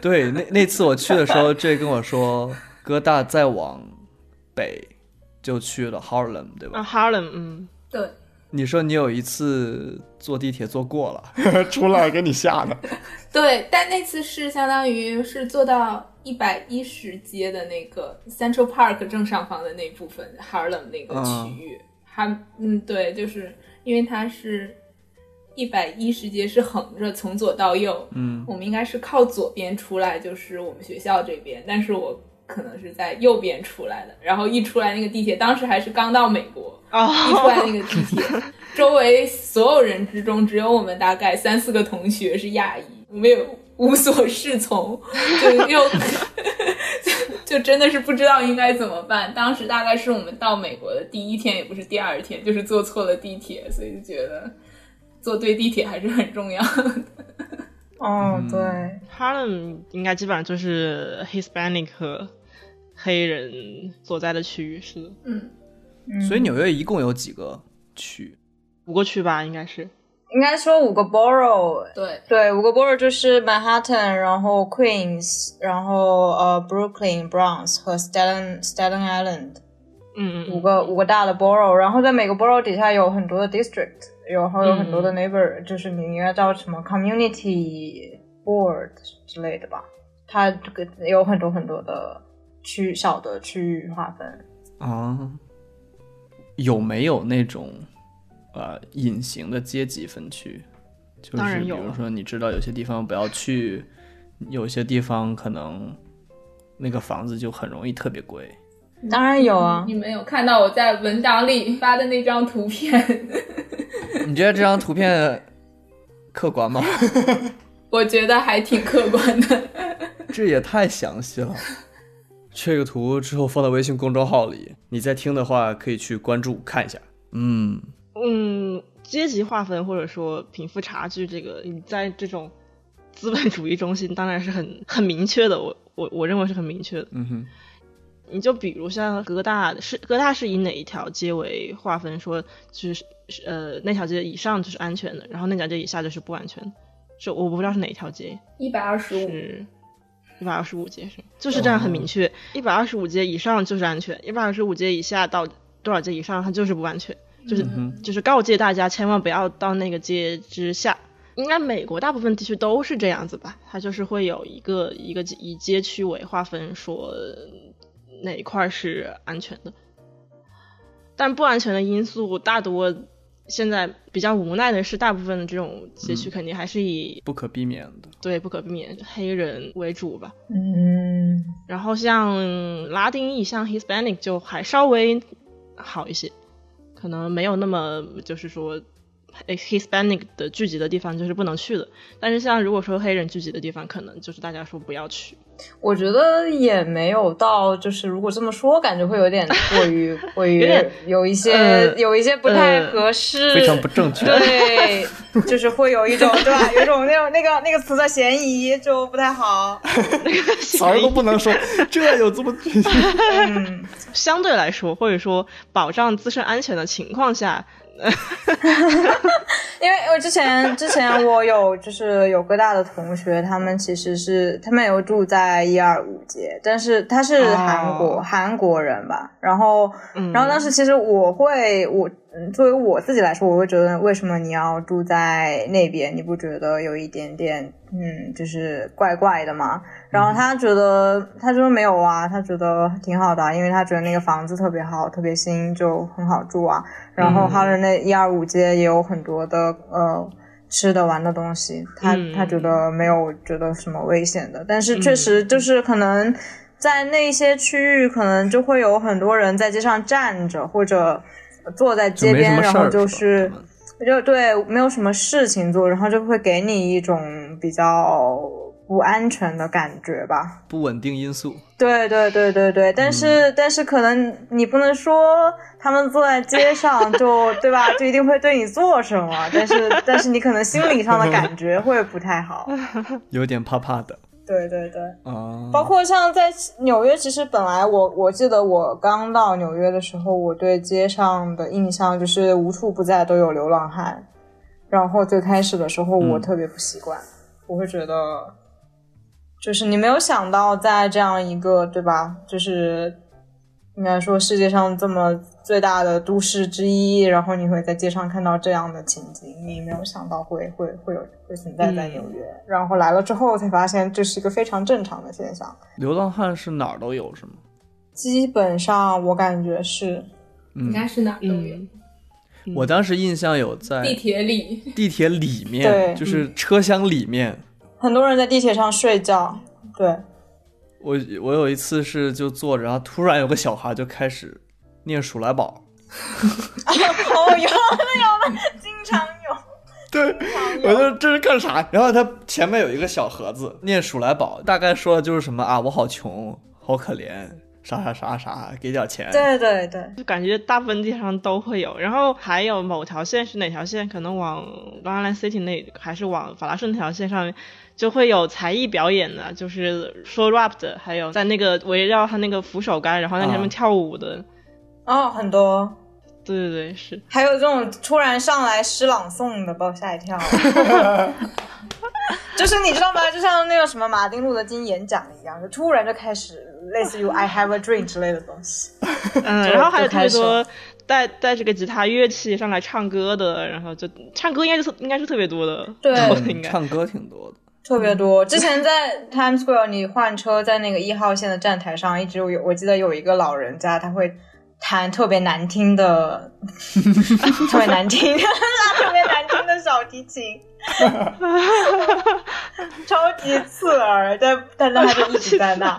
Speaker 1: 对，那那次我去的时候，这跟我说，哥大再往北就去了 Harlem，对吧？
Speaker 2: 啊，Harlem，嗯，
Speaker 3: 对，
Speaker 1: 你说你有一次坐地铁坐过了， 出来给你吓的。
Speaker 3: 对，但那次是相当于是坐到一百一十街的那个 Central Park 正上方的那部分 Harlem 那个区域，还嗯对，就是因为它是一百一十街是横着从左到右，
Speaker 1: 嗯，
Speaker 3: 我们应该是靠左边出来，就是我们学校这边，但是我可能是在右边出来的，然后一出来那个地铁，当时还是刚到美国，一出来
Speaker 2: 哦，
Speaker 3: 那个地铁，周围所有人之中，只有我们大概三四个同学是亚裔，我们也无所适从， 就又就真的是不知道应该怎么办。当时大概是我们到美国的第一天，也不是第二天，就是坐错了地铁，所以就觉得坐对地铁还是很重要。
Speaker 4: 哦，对，
Speaker 2: Harlem 应该基本上就是 Hispanic 和黑人所在的区域，是的，
Speaker 3: 嗯，
Speaker 4: 嗯
Speaker 1: 所以纽约一共有几个区？
Speaker 2: 五个区吧，应该是。
Speaker 4: 应该说五个 borough，
Speaker 3: 对，
Speaker 4: 对，五个 borough 就是曼哈顿，然后 Queens，然后呃 Brooklyn、Bronx 和 Staten Staten Island
Speaker 2: 嗯嗯
Speaker 4: 五
Speaker 2: 嗯，
Speaker 4: 个五个大的 borough，然后在每个 borough 底下有很多的 district，然后有很多的 neighbor，、就是你应该叫什么 community board 之类的吧，它这个有很多很多的区小的区域划分。
Speaker 1: 啊，有没有那种呃隐形的阶级分区？就
Speaker 2: 当
Speaker 1: 是
Speaker 2: 然
Speaker 1: 比
Speaker 2: 有
Speaker 1: 如
Speaker 2: 了
Speaker 1: 说，你知道有些地方不要去，有些地方可能那个房子就很容易特别贵。
Speaker 4: 当然有啊，
Speaker 3: 你们有看到我在文档里发的那张图片？
Speaker 1: 你觉得这张图片客观吗？
Speaker 3: 我觉得还挺客观的。
Speaker 1: 这也太详细了。这个图之后放到微信公众号里，你在听的话可以去关注看一下。嗯，
Speaker 2: 嗯，阶级划分或者说贫富差距，这个你在这种资本主义中心当然是很 很明确的，我我我认为是很明确的。
Speaker 1: 嗯哼，
Speaker 2: 你就比如像哥大是哥大是以哪一条街为划分，说就是是呃那条街以上就是安全的，然后那条街以下就是不安全的，是我不知道是哪一条街，
Speaker 3: 一百二十五，
Speaker 2: 是一百二十五街是吗就是这样很明确，一百二十五街以上就是安全，一百二十五街以下到多少街以上它就是不安全，就是、就是告诫大家千万不要到那个街之下。应该美国大部分地区都是这样子吧，它就是会有一个一个以街区为划分，说哪一块是安全的，但不安全的因素大多现在比较无奈的是，大部分的这种街区肯定还是以
Speaker 1: 不可避免的。
Speaker 2: 对，不可避免，黑人为主吧。
Speaker 4: 嗯，
Speaker 2: 然后像拉丁裔，像 Hispanic 就还稍微好一些，可能没有那么就是说哎 Hispanic 的聚集的地方就是不能去的，但是像如果说黑人聚集的地方，可能就是大家说不要去。
Speaker 4: 我觉得也没有到，就是如果这么说，感觉会有点 过于过于
Speaker 2: 有点
Speaker 4: 有一些、
Speaker 2: 呃
Speaker 4: 有一些不太合适，
Speaker 1: 非常不正确。
Speaker 4: 对，就是会有一种对吧，有一种那种那个那个词的嫌疑就不太好。
Speaker 1: 词儿都不能 说，这有这么？
Speaker 4: 嗯，
Speaker 2: 相对来说，或者说保障自身安全的情况下，
Speaker 4: 因为我之前之前我有就是有哥大的同学，他们其实是他们有住在一二五街，但是他是
Speaker 2: 哦
Speaker 4: 韩国、韩国人吧，然后
Speaker 2: 嗯，
Speaker 4: 然后当时其实我会，我嗯作为我自己来说，我会觉得为什么你要住在那边？你不觉得有一点点嗯，就是怪怪的吗？然
Speaker 2: 嗯
Speaker 4: 后他觉得，他说没有啊，他觉得挺好的啊、因为他觉得那个房子特别好，特别新，就很好住啊。然
Speaker 1: 嗯
Speaker 4: 后哈尔那一二五街也有很多的呃吃的玩的东西，他、
Speaker 2: 嗯
Speaker 4: 他觉得没有觉得什么危险的，但是
Speaker 2: 嗯
Speaker 4: 确实就是可能在那些区域，可能就会有很多人在街上站着或者坐在街
Speaker 1: 就没什
Speaker 4: 边，
Speaker 1: 么事
Speaker 4: 然
Speaker 1: 儿
Speaker 4: 后就是是
Speaker 1: 吧他们
Speaker 4: 就对没有什么事情做，然后就会给你一种比较不安全的感觉吧。
Speaker 1: 不稳定因素。
Speaker 4: 对对对对对，但是、但是可能你不能说他们坐在街上就对吧，就一定会对你做什么，但是但是你可能心理上的感觉会不太好。
Speaker 1: 有点怕怕的
Speaker 4: 对对对，
Speaker 1: 啊。
Speaker 4: 包括像在纽约，其实本来我我记得我刚到纽约的时候，我对街上的印象就是无处不在都有流浪汉，然后最开始的时候我
Speaker 1: 嗯
Speaker 4: 特别不习惯，我会觉得，就是你没有想到在这样一个对吧，就是应该说世界上这么最大的都市之一，然后你会在街上看到这样的情景，你没有想到会会会有会存在在
Speaker 2: 嗯
Speaker 4: 纽约，然后来了之后才发现这是一个非常正常的现象。
Speaker 1: 流浪汉是哪儿都有是吗？
Speaker 4: 基本上我感觉是，
Speaker 3: 应该是哪儿都有，嗯
Speaker 2: 嗯，
Speaker 1: 我当时印象有
Speaker 3: 地
Speaker 1: 在
Speaker 3: 铁里
Speaker 1: 地铁里
Speaker 4: 对嗯
Speaker 1: 面，就是车厢里面。
Speaker 4: 很多人在地铁上睡觉，对，
Speaker 1: 我我有一次是就坐着，然后突然有个小孩就开始念数来宝，
Speaker 4: 哦，有那有的，经常有。
Speaker 1: 对，我就这是干啥？然后他前面有一个小盒子，念数来宝，大概说的就是什么啊，我好穷，好可怜，啥啥啥啥，给点钱。
Speaker 4: 对对对，
Speaker 2: 就感觉大部分地方都会有，然后还有某条线是哪条线，可能往 Long Island City 那还是往法拉盛那条线上面，就会有才艺表演的，就是说
Speaker 4: 啊
Speaker 2: rap 的，还有在那个围绕他那个扶手杆，然后在那
Speaker 1: 啊
Speaker 2: 边跳舞的，
Speaker 4: 哦，很多，
Speaker 2: 对对对，是
Speaker 4: 还有这种突然上来诗朗诵的，把我吓一跳。就是你知道吗？就像那个什么马丁路德金演讲一样，就突然就开始类似于 “I have a dream” 之类的东西。
Speaker 2: 嗯，
Speaker 4: 就
Speaker 2: 然后还有特别
Speaker 4: 就开
Speaker 2: 多带带这个吉他乐器上来唱歌的，然后就唱歌应该是应该是特别多的，
Speaker 4: 对
Speaker 1: 嗯，
Speaker 2: 应该
Speaker 1: 唱歌挺多的。
Speaker 4: 特别多。之前在 Times Square，你换车在那个一号线的站台上，一直有，我记得有一个老人家，他会弹特别难听 的，特别难听， 特别难听的小提 琴，超级刺耳，但但但他就一直在 那。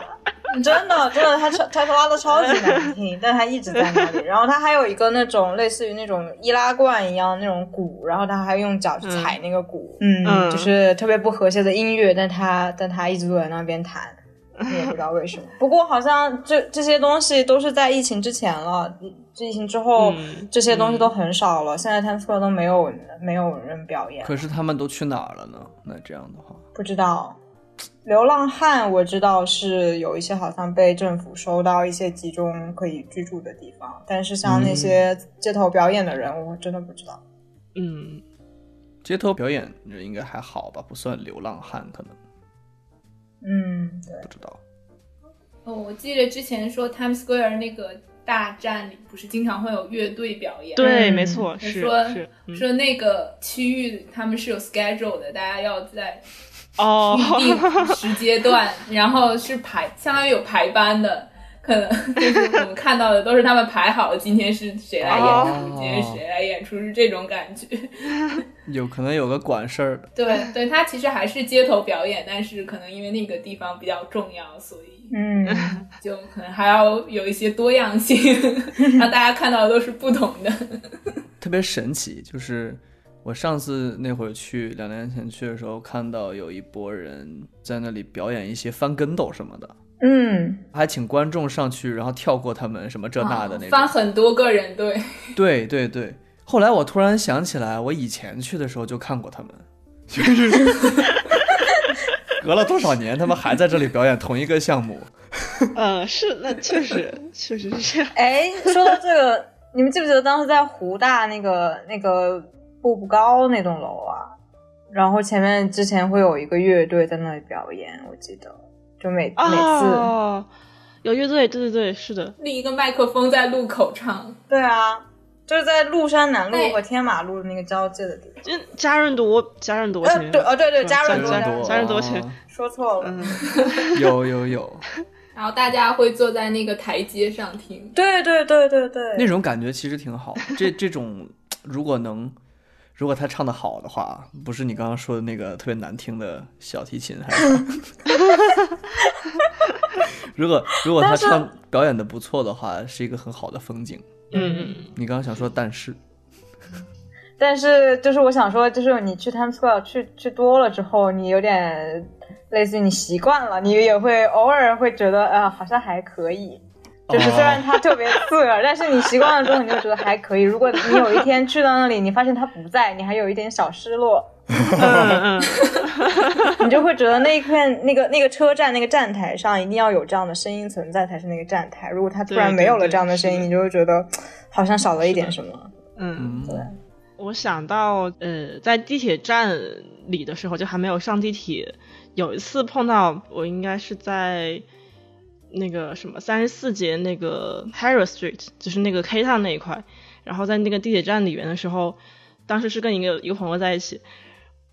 Speaker 4: 真的，真的，他超他拉的超级难 听，但他一直在那里。然后他还有一个那种类似于那种易拉罐一样那种鼓，然后他还用脚去踩那个鼓，嗯，
Speaker 2: 嗯
Speaker 4: 就是特别不和谐的音乐，但他但他一直坐在那边弹，你也不知道为什么。不过好像这这些东西都是在疫情之前了，嗯疫情之后、
Speaker 2: 嗯
Speaker 4: 这些东西都很少了，现在 Times Square 都没有没有人表演，
Speaker 1: 可是他们都去哪儿了呢？那这样的话，
Speaker 4: 不知道。流浪汉我知道是有一些好像被政府收到一些集中可以居住的地方，但是像那些街头表演的人，我真的不知道。
Speaker 2: 嗯，
Speaker 1: 街头表演人应该还好吧，不算流浪汉，可能
Speaker 4: 嗯，对，
Speaker 1: 不知道。
Speaker 3: 哦，我记得之前说 Times Square 那个大站里不是经常会有乐队表演，
Speaker 2: 对，
Speaker 4: 嗯
Speaker 2: 没错，是
Speaker 3: 说
Speaker 2: 是、嗯、
Speaker 3: 说那个区域他们是有 schedule 的，大家要在
Speaker 2: 哦，
Speaker 3: 预定时阶段，然后是排，相当于有排班的。可能就是我们看到的都是他们排好，今天是谁来演出，
Speaker 1: 哦
Speaker 3: 今天是谁来演出，是这种感觉。
Speaker 1: 有可能有个管事儿的，
Speaker 3: 对对，它其实还是街头表演，但是可能因为那个地方比较重要，所以
Speaker 4: 嗯，
Speaker 3: 就可能还要有一些多样性，让大家看到的都是不同的。
Speaker 1: 特别神奇，就是我上次那会儿去，两年前去的时候，看到有一波人在那里表演一些翻跟斗什么的，
Speaker 4: 嗯，
Speaker 1: 还请观众上去，然后跳过他们什么这那的那种。
Speaker 2: 啊
Speaker 3: 翻很多个人队，
Speaker 1: 对对对。后来我突然想起来，我以前去的时候就看过 他们，就是隔了多少年，他们还在这里表演同一个项目。
Speaker 2: 呃，是，那确实确实是这样。
Speaker 4: 哎，说到这个，你们记不记得当时在湖大那个那个步步高那栋楼啊？然后前面之前会有一个乐队在那里表演，我记得，就每、每次，
Speaker 2: 哦，有乐队，对对对，是的。
Speaker 3: 另一个麦克风在路口唱，
Speaker 4: 对啊，就是在鹿山南路
Speaker 3: 对
Speaker 4: 和天马路那个交界的地方。
Speaker 2: 就嘉润多，嘉润多前
Speaker 4: 呃，
Speaker 2: 面。
Speaker 4: 对，哦，对对，
Speaker 2: 嗯
Speaker 4: 加
Speaker 2: 加
Speaker 4: 润
Speaker 2: 润
Speaker 4: 多
Speaker 2: 多
Speaker 4: 加润
Speaker 2: 加润多
Speaker 1: 啊
Speaker 2: 钱
Speaker 4: 说错了，
Speaker 2: 嗯，
Speaker 1: 有有有，
Speaker 3: 然后大家会坐在那个台阶上听。
Speaker 4: 对对对对对，
Speaker 1: 那种感觉其实挺好。这这种如果能，如果他唱的好的话，不是你刚刚说的那个特别难听的小提琴，还是 如果如果他唱表演的不错的话，是一个很好的风景。
Speaker 2: 嗯，
Speaker 1: 你刚刚想说，但是
Speaker 4: 但是就是我想说，就是你去 Times Square 去去多了之后，你有点类似于你习惯了，你也会偶尔会觉得啊、好像还可以。就是
Speaker 2: 哦
Speaker 1: 哦
Speaker 4: 虽然它特别刺耳，但是你习惯了之后，你就觉得还可以。如果你有一天去到那里，你发现它不在，你还有一点小失 落，
Speaker 2: 嗯嗯，
Speaker 4: 你就会觉得那一片那个那个车站那个站台上一定要有这样的声音存在才是那个站台。如果它突然
Speaker 2: 对对
Speaker 4: 没有了
Speaker 2: 对
Speaker 4: 这样的声音，
Speaker 2: 是的
Speaker 4: 你就会觉得好像少了一点什么。
Speaker 2: 嗯，
Speaker 1: 嗯，
Speaker 2: 我想到呃，在地铁站里的时候，就还没有上地铁，有一次碰到我应该是在那个什么三十四街那个 Harris Street，就是那个 K Town 那一块，然后在那个地铁站里面的时候，当时是跟一个一个朋友在一起。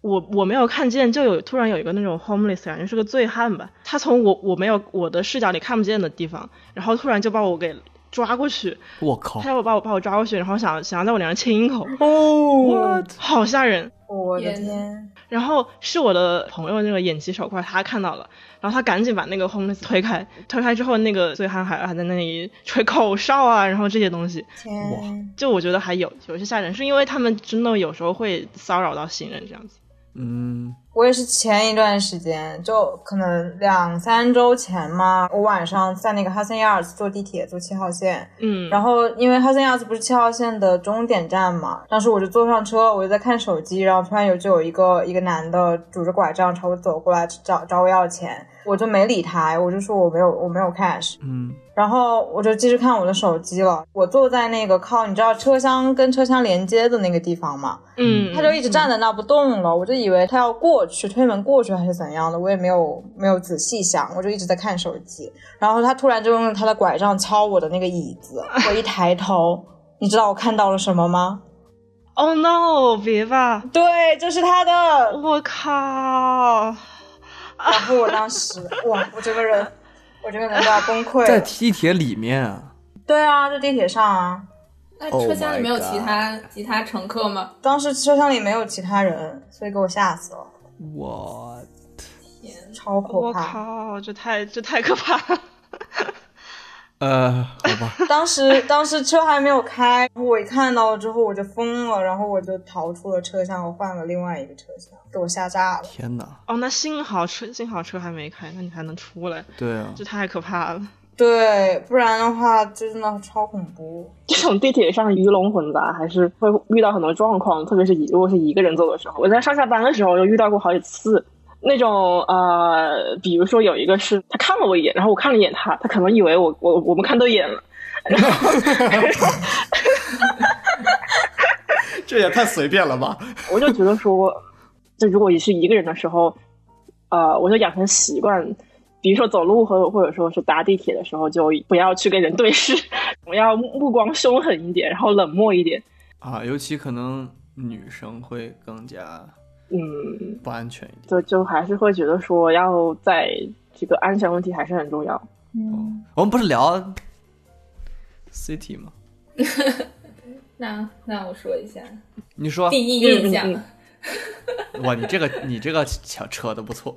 Speaker 2: 我我没有看见，就有突然有一个那种 homeless，感觉是个醉汉吧，他从我我没有我的视角里看不见的地方，然后突然就把我给抓过去，
Speaker 1: 我靠
Speaker 2: 他要我把我把我抓过去，然后想想要在我脸上亲一口，
Speaker 4: 哦，
Speaker 2: 好吓人。
Speaker 4: 我的
Speaker 3: 天哪
Speaker 4: 天！
Speaker 2: 然后是我的朋友那个眼疾手快，他看到了，然后他赶紧把那个 homeless 推开，推开之后，那个醉汉还还在那里吹口哨啊，然后这些东西，
Speaker 4: 天！
Speaker 2: 就我觉得还有有些吓人，是因为他们真的有时候会骚扰到行人这样子。
Speaker 1: 嗯，
Speaker 4: 我也是前一段时间，就可能两三周前嘛，我晚上在那个 Hudson Yards 坐地铁，坐七号线，
Speaker 2: 嗯，
Speaker 4: 然后因为 Hudson Yards 不是七号线的终点站嘛，当时我就坐上车，我就在看手机，然后突然有就有一个一个男的拄着拐杖朝我走过来找找我要钱，我就没理他，我就说我没有我没有 cash，
Speaker 1: 嗯
Speaker 4: 然后我就继续看我的手机了。我坐在那个靠你知道车厢跟车厢连接的那个地方嘛，
Speaker 2: 嗯，
Speaker 4: 他就一直站在那不动了，我就以为他要过去推门过去还是怎样的，我也没有没有仔细想，我就一直在看手机。然后他突然就用他的拐杖敲我的那个椅子，我一抬头，你知道我看到了什么吗？
Speaker 2: ，Oh no，别吧，
Speaker 4: 对，就是他的。
Speaker 2: 我靠，
Speaker 4: 然后我当时，哇，我这个人，我这个人都要崩溃
Speaker 1: 在
Speaker 4: 了。
Speaker 1: 地铁里面啊，
Speaker 4: 对啊，在地铁上啊，
Speaker 3: 那
Speaker 1: Oh
Speaker 3: 车厢里没有
Speaker 1: my
Speaker 3: 其他其他乘客吗？
Speaker 4: 当时车厢里没有其他人，所以给我吓死了，
Speaker 1: 我
Speaker 3: 天，
Speaker 4: 超可
Speaker 2: 我
Speaker 4: 怕。
Speaker 2: 靠，这太这太可怕了。
Speaker 1: 呃，好吧，
Speaker 4: 当时当时车还没有开，然后我一看到了之后我就疯了，然后我就逃出了车厢，我换了另外一个车厢，给我吓炸了。
Speaker 1: 天哪，
Speaker 2: 哦，那幸好车幸好车还没开，那你还能出来，
Speaker 1: 对啊，
Speaker 2: 这太可怕了。
Speaker 4: 对，不然的话真的超恐怖。
Speaker 5: 这种地铁上鱼龙混杂，还是会遇到很多状况，特别是一如果是一个人走的时候。我在上下班的时候就遇到过好几次，那种呃，比如说有一个是他看了我一眼，然后我看了一眼他，他可能以为我我我们看对眼了，
Speaker 1: 这也太随便了吧？
Speaker 5: 我就觉得说，就如果你是一个人的时候，呃，我就养成习惯，比如说走路或或者说是搭地铁的时候，就不要去跟人对视， 我要目光凶狠一点，然后冷漠一点，
Speaker 1: 啊，尤其可能女生会更加
Speaker 5: 嗯。
Speaker 1: 不安全一点。
Speaker 5: 就就还是会觉得说要在这个安全问题还是很重要。
Speaker 4: 嗯，
Speaker 1: 我们不是聊 City 吗？
Speaker 3: 那那我说一下
Speaker 1: 哦你说，
Speaker 3: 第一印象，
Speaker 5: 嗯嗯
Speaker 1: 哇，你这个你这个扯扯的不错，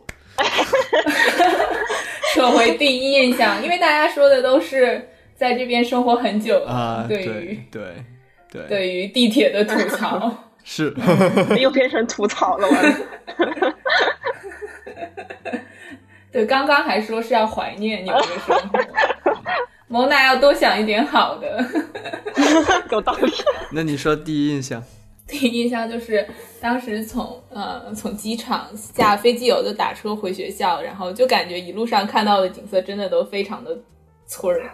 Speaker 3: 扯回第一印象，因为大家说的都是在这边生活很久
Speaker 1: 啊、
Speaker 3: 了，
Speaker 1: 对
Speaker 3: 于
Speaker 1: 对对
Speaker 3: 对于地铁的吐槽，
Speaker 1: 是
Speaker 5: 又变成吐槽了，完了。
Speaker 3: 对，刚刚还说是要怀念纽约生活，蒙娜要多想一点好的。
Speaker 5: 有道 理。
Speaker 1: 那你说第一印象？
Speaker 3: 第一印象就是当时从呃从机场下飞机以后就打车回学校，然后就感觉一路上看到的景色真的都非常的村儿。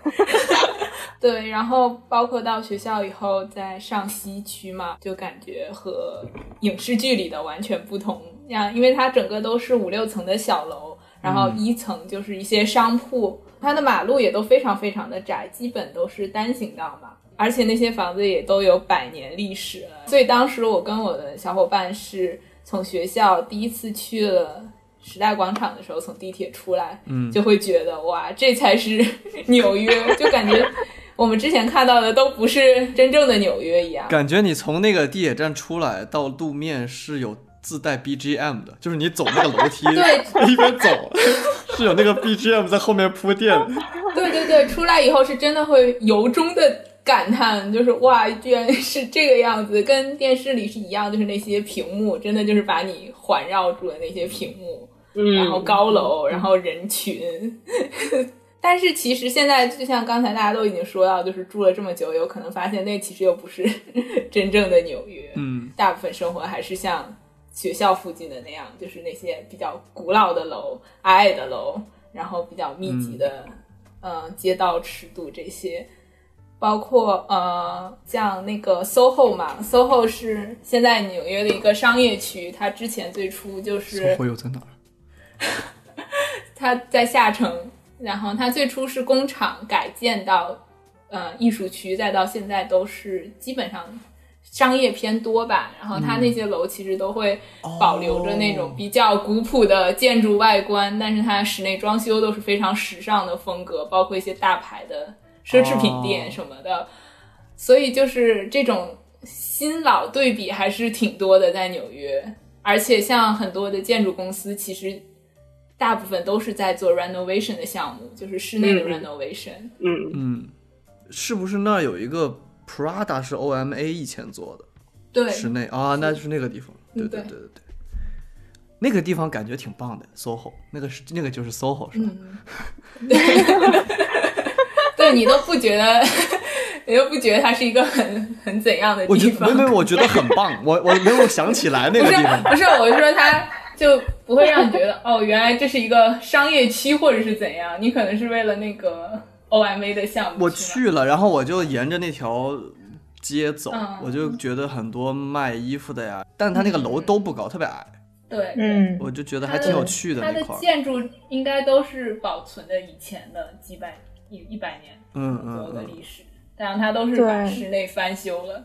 Speaker 3: 对，然后包括到学校以后，在上西区嘛，就感觉和影视剧里的完全不同呀，因为它整个都是五六层的小楼，然后一层就是一些商铺，它的马路也都非常非常的窄，基本都是单行道嘛。而且那些房子也都有百年历史了，所以当时我跟我的小伙伴是从学校第一次去了时代广场的时候，从地铁出来，
Speaker 1: 嗯
Speaker 3: 就会觉得哇，这才是 纽约，就感觉我们之前看到的都不是真正的纽约一样。，
Speaker 1: 感觉你从那个地铁站出来到路面是有自带 BGM 的，就是你走那个楼梯
Speaker 3: 对
Speaker 1: 一边走是有那个 BGM 在后面铺垫的。
Speaker 3: 对对对，出来以后是真的会由衷的感叹，就是哇，居然是这个样子，跟电视里是一样，就是那些屏幕，真的就是把你环绕住的那些屏幕。
Speaker 5: 嗯，
Speaker 3: 然后高楼，然后人群。 但是其实现在，就像刚才大家都已经说到，就是住了这么久，有可能发现那其实又不是 真正的纽约。
Speaker 1: 嗯，
Speaker 3: 大部分生活还是像学校附近的那样，就是那些比较古老的楼、矮矮的楼，然后比较密集的，呃，街道尺度这些，包括呃，像那个 SOHO 嘛，SOHO 是现在纽约的一个商业区，它之前最初就是
Speaker 1: 会有在哪儿？
Speaker 3: 它在下城，然后它最初是工厂改建到呃艺术区，再到现在都是基本上商业偏多吧。然后它那些楼其实都会保留着那种比较古朴的建筑外观，但是它室内装修都是非常时尚的风格，包括一些大牌的奢侈品店什么的。所以就是这种新老对比还是挺多的，在纽约。而且像很多的建筑公司，其实大部分都是在做 renovation 的项目，就是室内的
Speaker 5: 嗯嗯
Speaker 3: renovation。
Speaker 5: 嗯，
Speaker 1: 嗯，是不是那儿有一个 Prada 是 OMA 以前做的
Speaker 3: 对，
Speaker 1: 室内啊？那就是那个地方。对
Speaker 3: 嗯
Speaker 1: 对
Speaker 3: 对
Speaker 1: 对对对，那个地方感觉挺棒的，SOHO 那个是那个就是 SOHO 是吧？
Speaker 3: 嗯，对你都不觉得，你都不觉得它是一个很很怎样的
Speaker 1: 我觉
Speaker 3: 地
Speaker 1: 得
Speaker 3: 方
Speaker 1: 没？没，我觉得很棒，我我没有想起来那个
Speaker 3: 不是
Speaker 1: 地方。
Speaker 3: 不是，我是说它就不会让你觉得哦，原来这是一个商业区或者是怎样，你可能是为了那个 OMA 的项目
Speaker 1: 我
Speaker 3: 去
Speaker 1: 去了，然后我就沿着那条街走，
Speaker 3: 嗯
Speaker 1: 我就觉得很多卖衣服的呀，但它那个楼都不高，特别矮，
Speaker 3: 嘛对，
Speaker 4: 嗯，
Speaker 1: 我就觉得
Speaker 3: 它
Speaker 1: 还
Speaker 3: 的
Speaker 1: 挺有趣
Speaker 3: 呃它
Speaker 1: 那
Speaker 3: 的
Speaker 1: 块儿。
Speaker 3: 建筑应该都是保存的以前的几百一一百年
Speaker 1: 嗯
Speaker 3: 左右
Speaker 1: 嗯
Speaker 3: 的
Speaker 1: 嗯，
Speaker 3: 历史，但是它都是把
Speaker 4: 对
Speaker 3: 室内翻修了。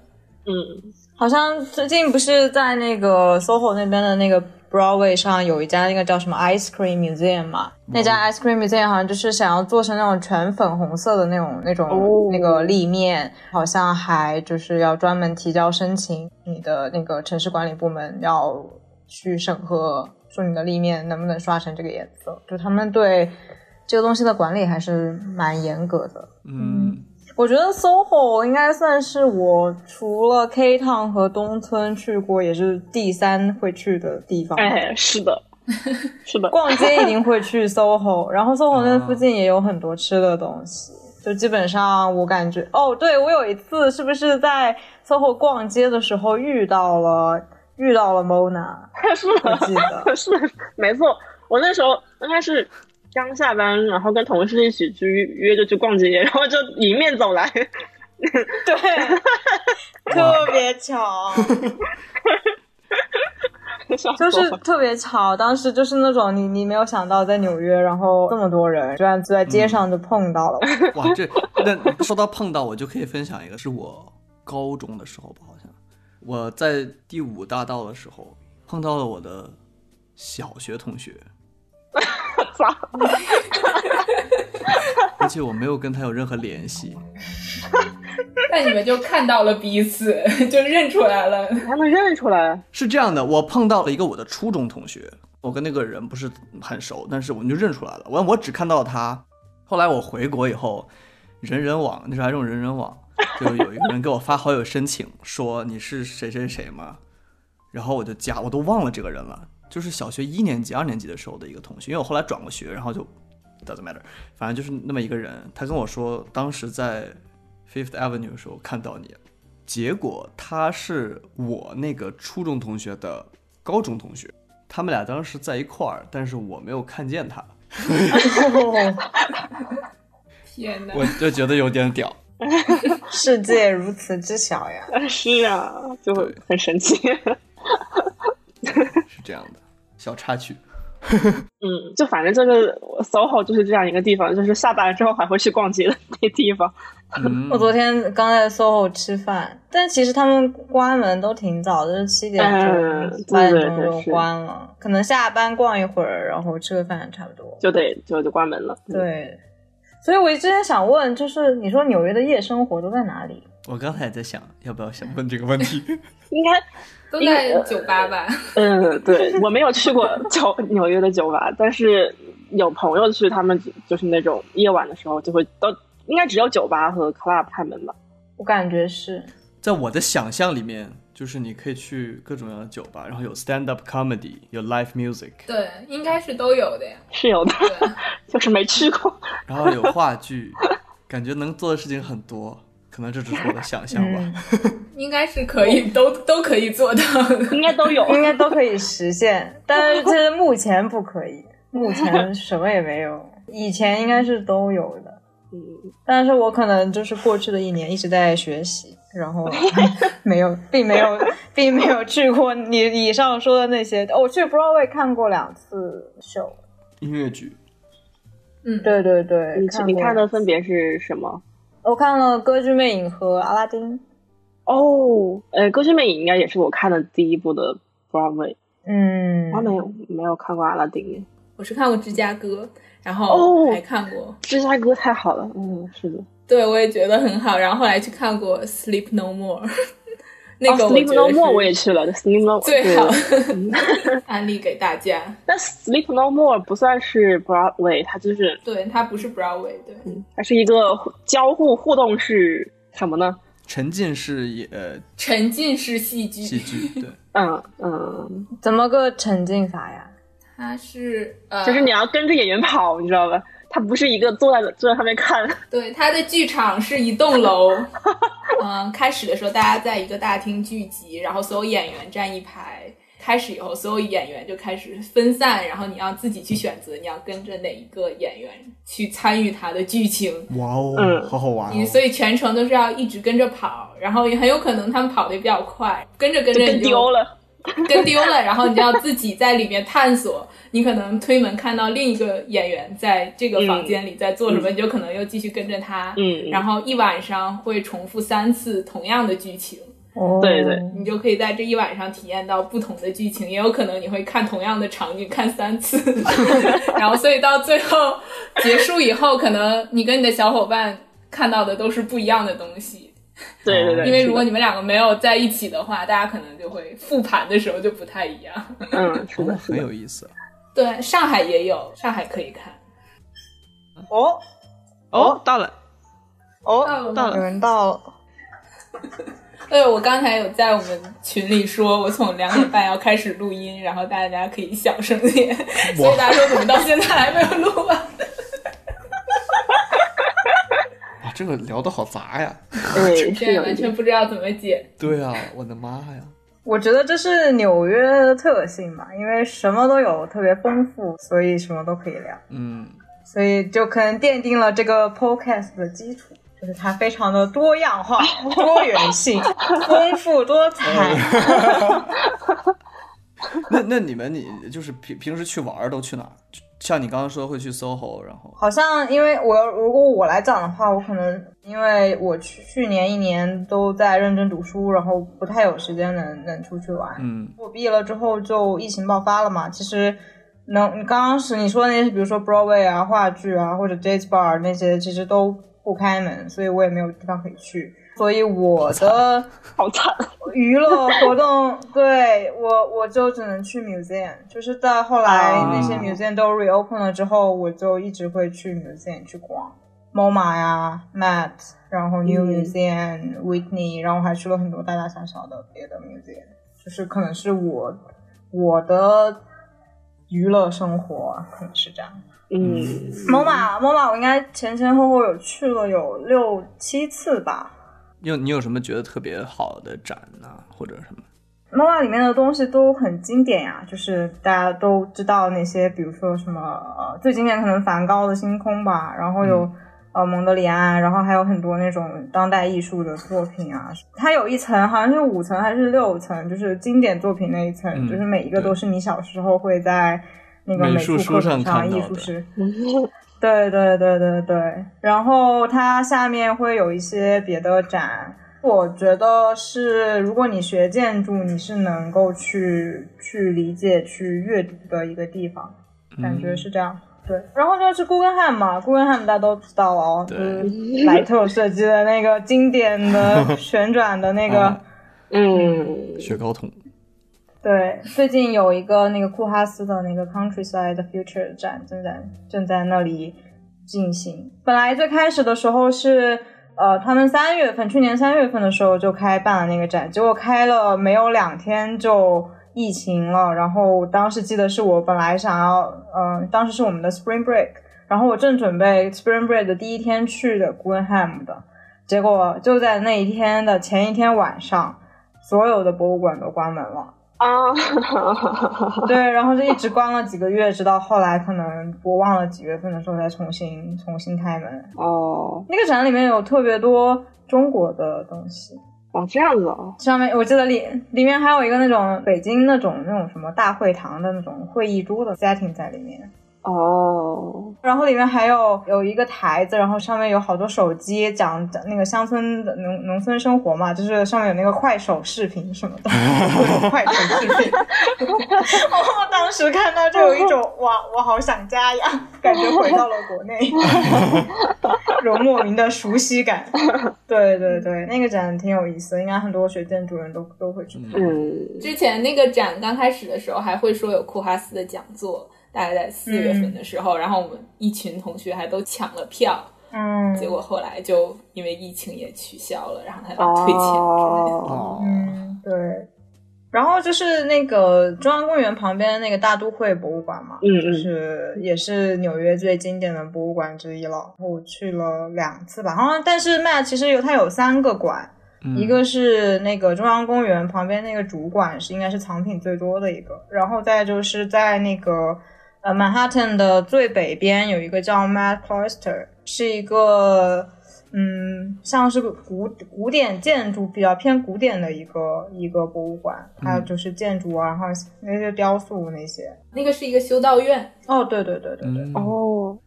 Speaker 4: 好像最近不是在那个 SOHO 那边的那个 Broadway 上有一家那个叫什么 Ice Cream Museum 嘛？那家 Ice Cream Museum 好像就是想要做成那种全粉红色的那种那种、
Speaker 5: 哦
Speaker 4: 那个立面，好像还就是要专门提交申请，你的那个城市管理部门要去审核，说你的立面能不能刷成这个颜色，就他们对这个东西的管理还是蛮严格的。
Speaker 1: 嗯，
Speaker 4: 我觉得 SOHO 应该算是我除了 K Town 和东村去过，也是第三会去的地方。
Speaker 5: 哎，是的，是的，
Speaker 4: 逛街一定会去 SOHO，然后 SOHO 那附近也有很多吃的东西。就基本上我感觉，哦，对我有一次是不是在 SOHO 逛街的时候遇到了遇到了 Mona，
Speaker 5: 是
Speaker 4: 我
Speaker 5: 的，
Speaker 4: 记 得
Speaker 5: 是的，没错。我那时候应该是刚下班，然后跟同事一起去约着去逛街，然后就迎面走来，
Speaker 4: 对，特别巧。
Speaker 5: 笑死
Speaker 4: 就
Speaker 5: 我
Speaker 4: 是特别巧，当时就是那种你你没有想到在纽约，然后这么多人，居然就在
Speaker 2: 嗯
Speaker 4: 街上就碰到了。
Speaker 1: 哇，这那说到碰到，我就可以分享一个，是我高中的时候吧，好像我在第五大道的时候碰到了我的小学同学，
Speaker 5: 了
Speaker 1: 而且我没有跟他有任何联系。
Speaker 3: 那你们就看到了彼此， 就认出来了。
Speaker 5: 还能认出来，
Speaker 1: 是这样的，我碰到了一个我的初中同学，我跟那个人不是很熟，但是我们就认出来了。我我只看到他，后来我回国以后，人人网那时候还用人人网，就有一个人给我发好友申请，说你是谁谁谁吗？然后我就加，我都忘了这个人了，就是小学一年级、二年级的时候的一个同学，因为我后来转过学，然后就 doesn't matter，反正就是那么一个人，他跟我说，当时在 Fifth Avenue 的时候看到你了，结果他是我那个初中同学的高中同学，他们俩当时在一块儿，但是我没有看见他，
Speaker 3: 天哪！
Speaker 1: 我就觉得有点屌。
Speaker 4: 世界如此之小呀！
Speaker 2: 嗯
Speaker 5: 哎
Speaker 2: 是啊，就
Speaker 1: 对
Speaker 2: 很神 奇。
Speaker 1: 是这样的，小插 曲。
Speaker 2: 嗯，就反正就是 SOHO 就是这样一个地方，就是下班之后还会去逛街的那地方。
Speaker 1: 嗯
Speaker 4: 我昨天刚在 SOHO 吃饭，但其实他们关门都挺早，就是七点
Speaker 2: 嗯
Speaker 4: 钟、八点钟
Speaker 2: 对对
Speaker 4: 就是关了，可能下班逛一会儿，然后吃个饭差不多。
Speaker 2: 就得就就关门了。嗯，
Speaker 4: 对，所以我之前想问，就是你说纽约的夜生活都在哪里？
Speaker 1: 我刚才也在想，要不要想问这个问题？
Speaker 2: 应该，
Speaker 3: 都在酒吧吧？
Speaker 2: 嗯，对我没有去过酒 纽约的酒吧，但是有朋友去，他们就就是那种夜晚的时候就会都应该只有酒吧和 club 开门吧。
Speaker 4: 我感觉是，
Speaker 1: 在我的想象里面，就是你可以去各种各样的酒吧，然后有 stand up comedy，有 live music，
Speaker 3: 对，应该是都有的呀。
Speaker 2: 是有的，
Speaker 3: 对，
Speaker 2: 就是没去过。
Speaker 1: 然后有话剧，感觉能做的事情很多。可能这只是我的想象吧。
Speaker 4: 嗯，
Speaker 3: 应该是可以，都都可以做到的。
Speaker 2: 应该都有。
Speaker 4: 应该都可以实现，但是这目前不可以，目前什么也没有，以前应该是都有的。
Speaker 2: 嗯
Speaker 4: 但是我可能就是过去的一年一直在学习，然 后没有，并没有，并没有去过你以上说的那些。哦我去 Broadway 看过两次秀，
Speaker 1: 音乐剧，
Speaker 3: 嗯，
Speaker 4: 对对对，
Speaker 2: 你
Speaker 4: 看
Speaker 2: 你
Speaker 4: 过
Speaker 2: 看的分别是什么？
Speaker 4: 我看了《歌剧魅影》和《阿拉丁》，
Speaker 2: 哦，呃，《歌剧魅影》应该也是我看的第一部的 Broadway，
Speaker 4: 嗯，
Speaker 2: 我、没有没有看过《阿拉丁》耶。
Speaker 3: 我是看过《芝加哥》，然后
Speaker 2: 哦
Speaker 3: 还看过，
Speaker 2: 芝加哥太好了，嗯，是的。
Speaker 3: 对我也觉得很好。然后后来去看过《Sleep No More》，那个
Speaker 2: 哦
Speaker 3: 我觉
Speaker 2: Sleep
Speaker 3: 得
Speaker 2: No More
Speaker 3: 是
Speaker 2: 我也去了，Sleep No
Speaker 3: 最好
Speaker 2: 对
Speaker 3: 安利给大家。
Speaker 2: 但 Sleep No More 不算是 Broadway，它就是
Speaker 3: 对，它不是 Broadway，对，
Speaker 2: 它是一个互交互互动式什么呢？
Speaker 1: 沉浸式也、呃、
Speaker 3: 沉浸式戏剧，
Speaker 1: 戏 剧，对，
Speaker 2: 嗯嗯，
Speaker 4: 怎么个沉浸法呀？
Speaker 3: 它是呃，
Speaker 2: 就是你要跟着演员跑，你知道吧？它不是一个坐在坐在上面看，
Speaker 3: 对它的剧场是一栋楼。 嗯，开始的时候大家在一个大厅聚集，然后所有演员站一排。开始以后，所有演员就开始分散，然后你要自己去选择，你要跟着哪一个演员去参与他的剧情。
Speaker 1: 哇哦，
Speaker 2: 嗯
Speaker 1: 好好玩哦
Speaker 3: 你！所以全程都是要一直跟着跑，然后也很有可能他们跑得比较快，跟着跟
Speaker 2: 就
Speaker 3: 着
Speaker 2: 跟
Speaker 3: 你就
Speaker 2: 丢了。
Speaker 3: 跟丢了，然后你就要自己在里面探索。你可能推门看到另一个演员在这个房间里在做什么，你就可能又继续跟着他。
Speaker 2: 嗯，
Speaker 3: 然后一晚上会重复三次同样的剧情，
Speaker 4: 哦
Speaker 2: 对对
Speaker 3: 你就可以在这一晚上体验到不同的剧情，也有可能你会看同样的场景看 三次，然后所以到最后结束以后，可能你跟你的小伙伴看到的都是不一样的东西，
Speaker 2: 对对对，
Speaker 3: 哦因为如果
Speaker 2: 是
Speaker 3: 你们两个没有在一起的话，大家可能就会复盘的时候就不太一样。
Speaker 2: 的嗯是
Speaker 1: 哦
Speaker 2: 的，是
Speaker 1: 很
Speaker 2: 的，
Speaker 1: 有意思啊。
Speaker 3: 对，上海也有，上海可以看。
Speaker 4: 哦
Speaker 1: 哦，到了，
Speaker 4: 哦，
Speaker 1: 到了
Speaker 4: 有人到了，
Speaker 3: 对，哎我刚才有在我们群里说，我从两点半要开始录音，然后大家可以小声点。所以大家说怎么到现在还没有录啊完？
Speaker 1: 哇，这个聊的好杂呀。
Speaker 2: 对，
Speaker 3: 这
Speaker 2: 是有
Speaker 3: 样
Speaker 2: 一
Speaker 3: 完
Speaker 2: 点
Speaker 3: 全不知道怎么解。
Speaker 1: 对啊，我的妈呀！
Speaker 4: 我觉得这是纽约的特性吧，因为什么都有，特别丰富，所以什么都可以聊，
Speaker 1: 嗯，
Speaker 4: 所以就可能奠定了这个 podcast 的基础。就是它非常的多样化、多元性、丰富多彩。
Speaker 1: 那那你们你就是平平时去玩儿都去哪儿？就像你刚刚说会去 SOHO，然后
Speaker 4: 好像因为我如果我来讲的话，我可能因为我去去年一年都在认真读书，然后不太有时间能能出去玩。
Speaker 1: 嗯
Speaker 4: 我毕业了之后就疫情爆发了嘛，其实能你刚开始你说的那些，比如说 Broadway 啊、话剧啊或者 Jazz Bar 那些，其实都不开门，所以我也没有地方可以去。所以我的
Speaker 2: 好 惨。
Speaker 4: 娱乐活动，对我我就只能去 museum，就是在后来
Speaker 2: 啊
Speaker 4: 那些 museum 都 reopen 了之后，我就一直会去 museum 去逛，MoMA 呀、Met，然后 New
Speaker 2: 嗯
Speaker 4: Museum、Whitney，然后还去了很多大大小小的别的 museum。就是可能是我我的娱乐生活啊可能是这样。
Speaker 5: 嗯，
Speaker 4: MoMA MoMA 我应该前前后后有去了有六七次吧。
Speaker 1: 有你有什么觉得特别好的展呢、或者什么？
Speaker 4: MoMA 里面的东西都很经典呀，就是大家都知道那些，比如说什么呃最经典可能梵高的《星空》吧，然后有、
Speaker 1: 嗯
Speaker 4: 呃蒙德里安，然后还有很多那种当代艺术的作品啊。它有一层好像是五层还是六层，就是经典作品那一层，
Speaker 1: 嗯
Speaker 4: 就是每一个都是你小时候会在那个
Speaker 1: 美术
Speaker 4: 术
Speaker 1: 书
Speaker 4: 课
Speaker 1: 上
Speaker 4: 本
Speaker 1: 看到
Speaker 4: 艺术
Speaker 1: 的
Speaker 4: 史 对对对对对，然后它下面会有一些别的展，我觉得是如果你学建筑，你是能够去去理解、去阅读的一个地方，感觉是这样。对，然后就是顾根汉嘛，顾根汉大家都知道哦，就
Speaker 1: 对
Speaker 4: 是莱特设计的那个经典的旋转的那个
Speaker 1: 啊，
Speaker 5: 嗯，
Speaker 1: 雪糕筒，
Speaker 4: 对，最近有一个那个库哈斯的那个 Countryside Future 展正在正在那里进行。本来最开始的时候是呃，他们三月份去年三月份的时候就开办了那个展，结果开了没有两天就疫情了。然后当时记得是我本来想要，呃，当时是我们的 Spring Break，然后我正准备 Spring Break 的第一天去的 Greenham 的，结果就在那一天的前一天晚上，所有的博物馆都关门了。
Speaker 5: 啊，
Speaker 4: 对，然后就一直关了几个月，直到后来可能我忘了几月份的时候才重新重新开门。
Speaker 5: 哦，
Speaker 4: 那个展里面有特别多中国的东西，
Speaker 5: 哦，这样子哦，
Speaker 4: 上面我记得里里面还有一个那种北京那种那种什么大会堂的那种会议桌的家庭在里面，
Speaker 5: 哦，
Speaker 4: 然后里面还有有一个台子，然后上面有好多手机讲讲那个乡村的农农村生活嘛，就是上面有那个快手视频什么 的，各种快手视频。我当时看到就有一种哇，我好想家呀， 感觉回到了国 内，一种莫名的熟悉 感。对对对，那个展挺有意思的，应该很多学建筑人都都会去看。
Speaker 5: 嗯，
Speaker 3: 之前那个展刚开始的时候，还会说有库哈斯的讲座，大概在四月份的时候，然后我们一群同学还都抢了票，
Speaker 4: 嗯，
Speaker 3: 结果后来就因为疫情也取消了，然后他就退钱。
Speaker 5: 哦，
Speaker 1: 哦，
Speaker 4: 嗯，对。然后就是那个中央公园旁边那个大都会博物馆嘛，
Speaker 5: 嗯
Speaker 4: 就
Speaker 5: 嗯，
Speaker 4: 是也是纽约最经典的博物馆之一了。我去了两次吧，好像但是 Matt 其实有它有三个馆，
Speaker 1: 嗯
Speaker 4: 一个是那个中央公园旁边那个主馆是应该是藏品最多的一个，然后再就是在那个呃曼哈顿的最北边有一个叫 Matt Cloister，是一个嗯像是个古古典建筑比较偏古典的一个一个博物馆，还有
Speaker 1: 嗯
Speaker 4: 就是建筑啊，然后那些雕塑那些。
Speaker 3: 那个是一个修道院，
Speaker 4: 哦，对对对对对，
Speaker 1: 嗯
Speaker 5: 哦，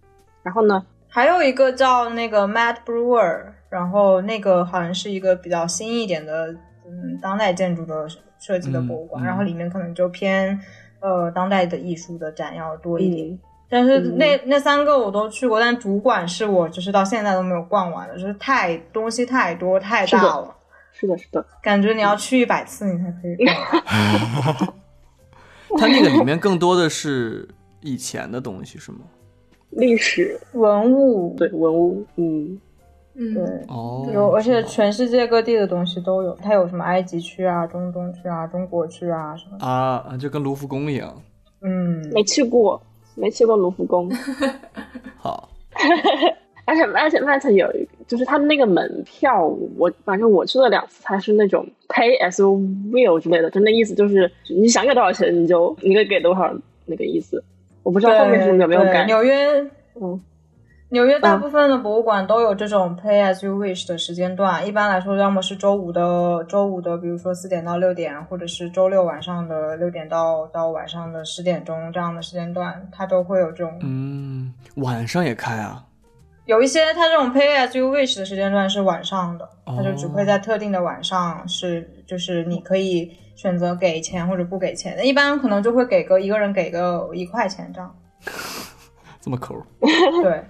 Speaker 5: 然后呢？
Speaker 4: 还有一个叫那个 Matt Brewer，然后那个好像是一个比较新一点的，嗯，当代建筑的设计的博物馆，
Speaker 1: 嗯嗯
Speaker 4: 然后里面可能就偏呃当代的艺术的展要多一点。
Speaker 5: 嗯，
Speaker 4: 但是那、那三个我都去过，但主管是我就是到现在都没有逛完的，就是太东西太多太大
Speaker 5: 是的
Speaker 4: 了，
Speaker 5: 是的，是的，
Speaker 4: 感觉你要去一百次你才可以逛完。
Speaker 1: 它那个里面更多的是以前的东西是吗？
Speaker 5: 历史
Speaker 4: 文物
Speaker 5: 对文物，嗯，
Speaker 3: 嗯，
Speaker 4: 对
Speaker 1: 哦，
Speaker 4: 有，而且
Speaker 1: 是吗
Speaker 4: 全世界各地的东西都有，它有什么埃及区啊、中东区啊、中国区啊什么的。
Speaker 1: 啊啊，就跟卢浮宫一样。
Speaker 4: 嗯，
Speaker 5: 没去过，没去过卢浮 宫，
Speaker 1: 好，
Speaker 5: 而且而且 Matt 有一个，就是他们那个门票，我反正我去了两次，它是那种 pay as you will 之类的，就那意思就是你想给多少钱你就你给给多少那个意思。我不知道后面是有没有
Speaker 4: 对
Speaker 5: 改。
Speaker 4: 纽约，
Speaker 5: 嗯，
Speaker 4: 纽约大
Speaker 5: 嗯
Speaker 4: 部分的博物馆都有这种 pay as you wish 的时间段，一般来说要么是周五的周五的，比如说四点到六点，或者是周六晚上的六点到到晚上的十点钟这样的时间段，它都会有这种。
Speaker 1: 嗯，晚上也开啊。
Speaker 4: 有一些它这种 pay as you wish 的时间段是晚上的，它就只会在
Speaker 1: 哦
Speaker 4: 特定的晚上是，就是你可以选择给钱或者不给钱，一般可能就会给个一个人给个一块钱这样。
Speaker 1: 这么抠儿。
Speaker 4: 对，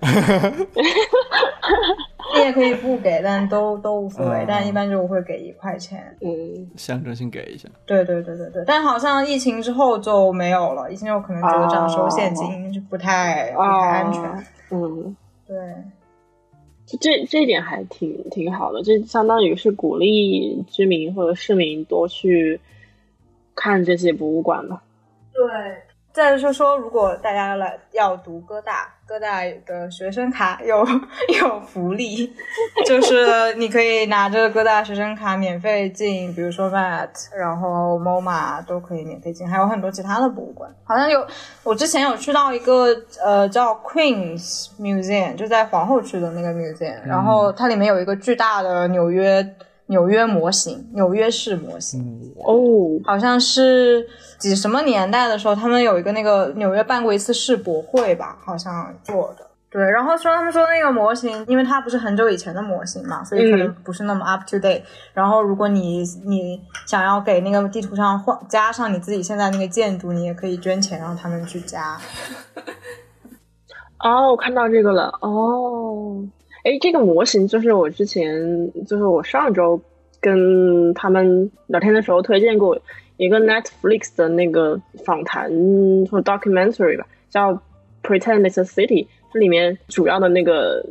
Speaker 4: 你也可以不给，但都都无所谓。
Speaker 1: 嗯
Speaker 4: 但一般就会给一块钱。
Speaker 5: 嗯，
Speaker 1: 象征性给一下。
Speaker 4: 对对对对对，但好像疫情之后就没有了，疫情后可能觉得这样收现金是不太、不太安
Speaker 5: 哦
Speaker 4: 全。
Speaker 5: 嗯，
Speaker 4: 对，
Speaker 5: 就这这一点还挺挺好的，这相当于是鼓励居民或者市民多去
Speaker 2: 看这些博物馆吧。
Speaker 4: 对，再就是说，如果大家来要读哥大，哥大的学生卡有有福利， 就是你可以拿着哥大学生卡免费进，比如说 VET，然后 MoMA 都可以免费进，还有很多其他的博物馆。好像有，我之前有去到一个呃叫 Queen's Museum，就在皇后区的那个 museum，然后它里面有一个巨大的纽约纽约模型，纽约市模型。
Speaker 2: 哦，
Speaker 4: 好像是几什么年代的时候，他们有一个那个纽约办过一次世博会吧，好像做的。对，然后说他们说那个模型，因为它不是很久以前的模型嘛，所以可能不是那么 up to date、然后如果你你想要给那个地图上换加上你自己现在那个建筑，你也可以捐钱让他们去加。
Speaker 2: 哦，我看到这个了。哦，哎，这个模型就是我之前，就是我上周跟他们聊天的时候推荐过一个 Netflix 的那个访谈嗯或者 documentary 吧，叫《Pretend It's a City》，它里面主要的那个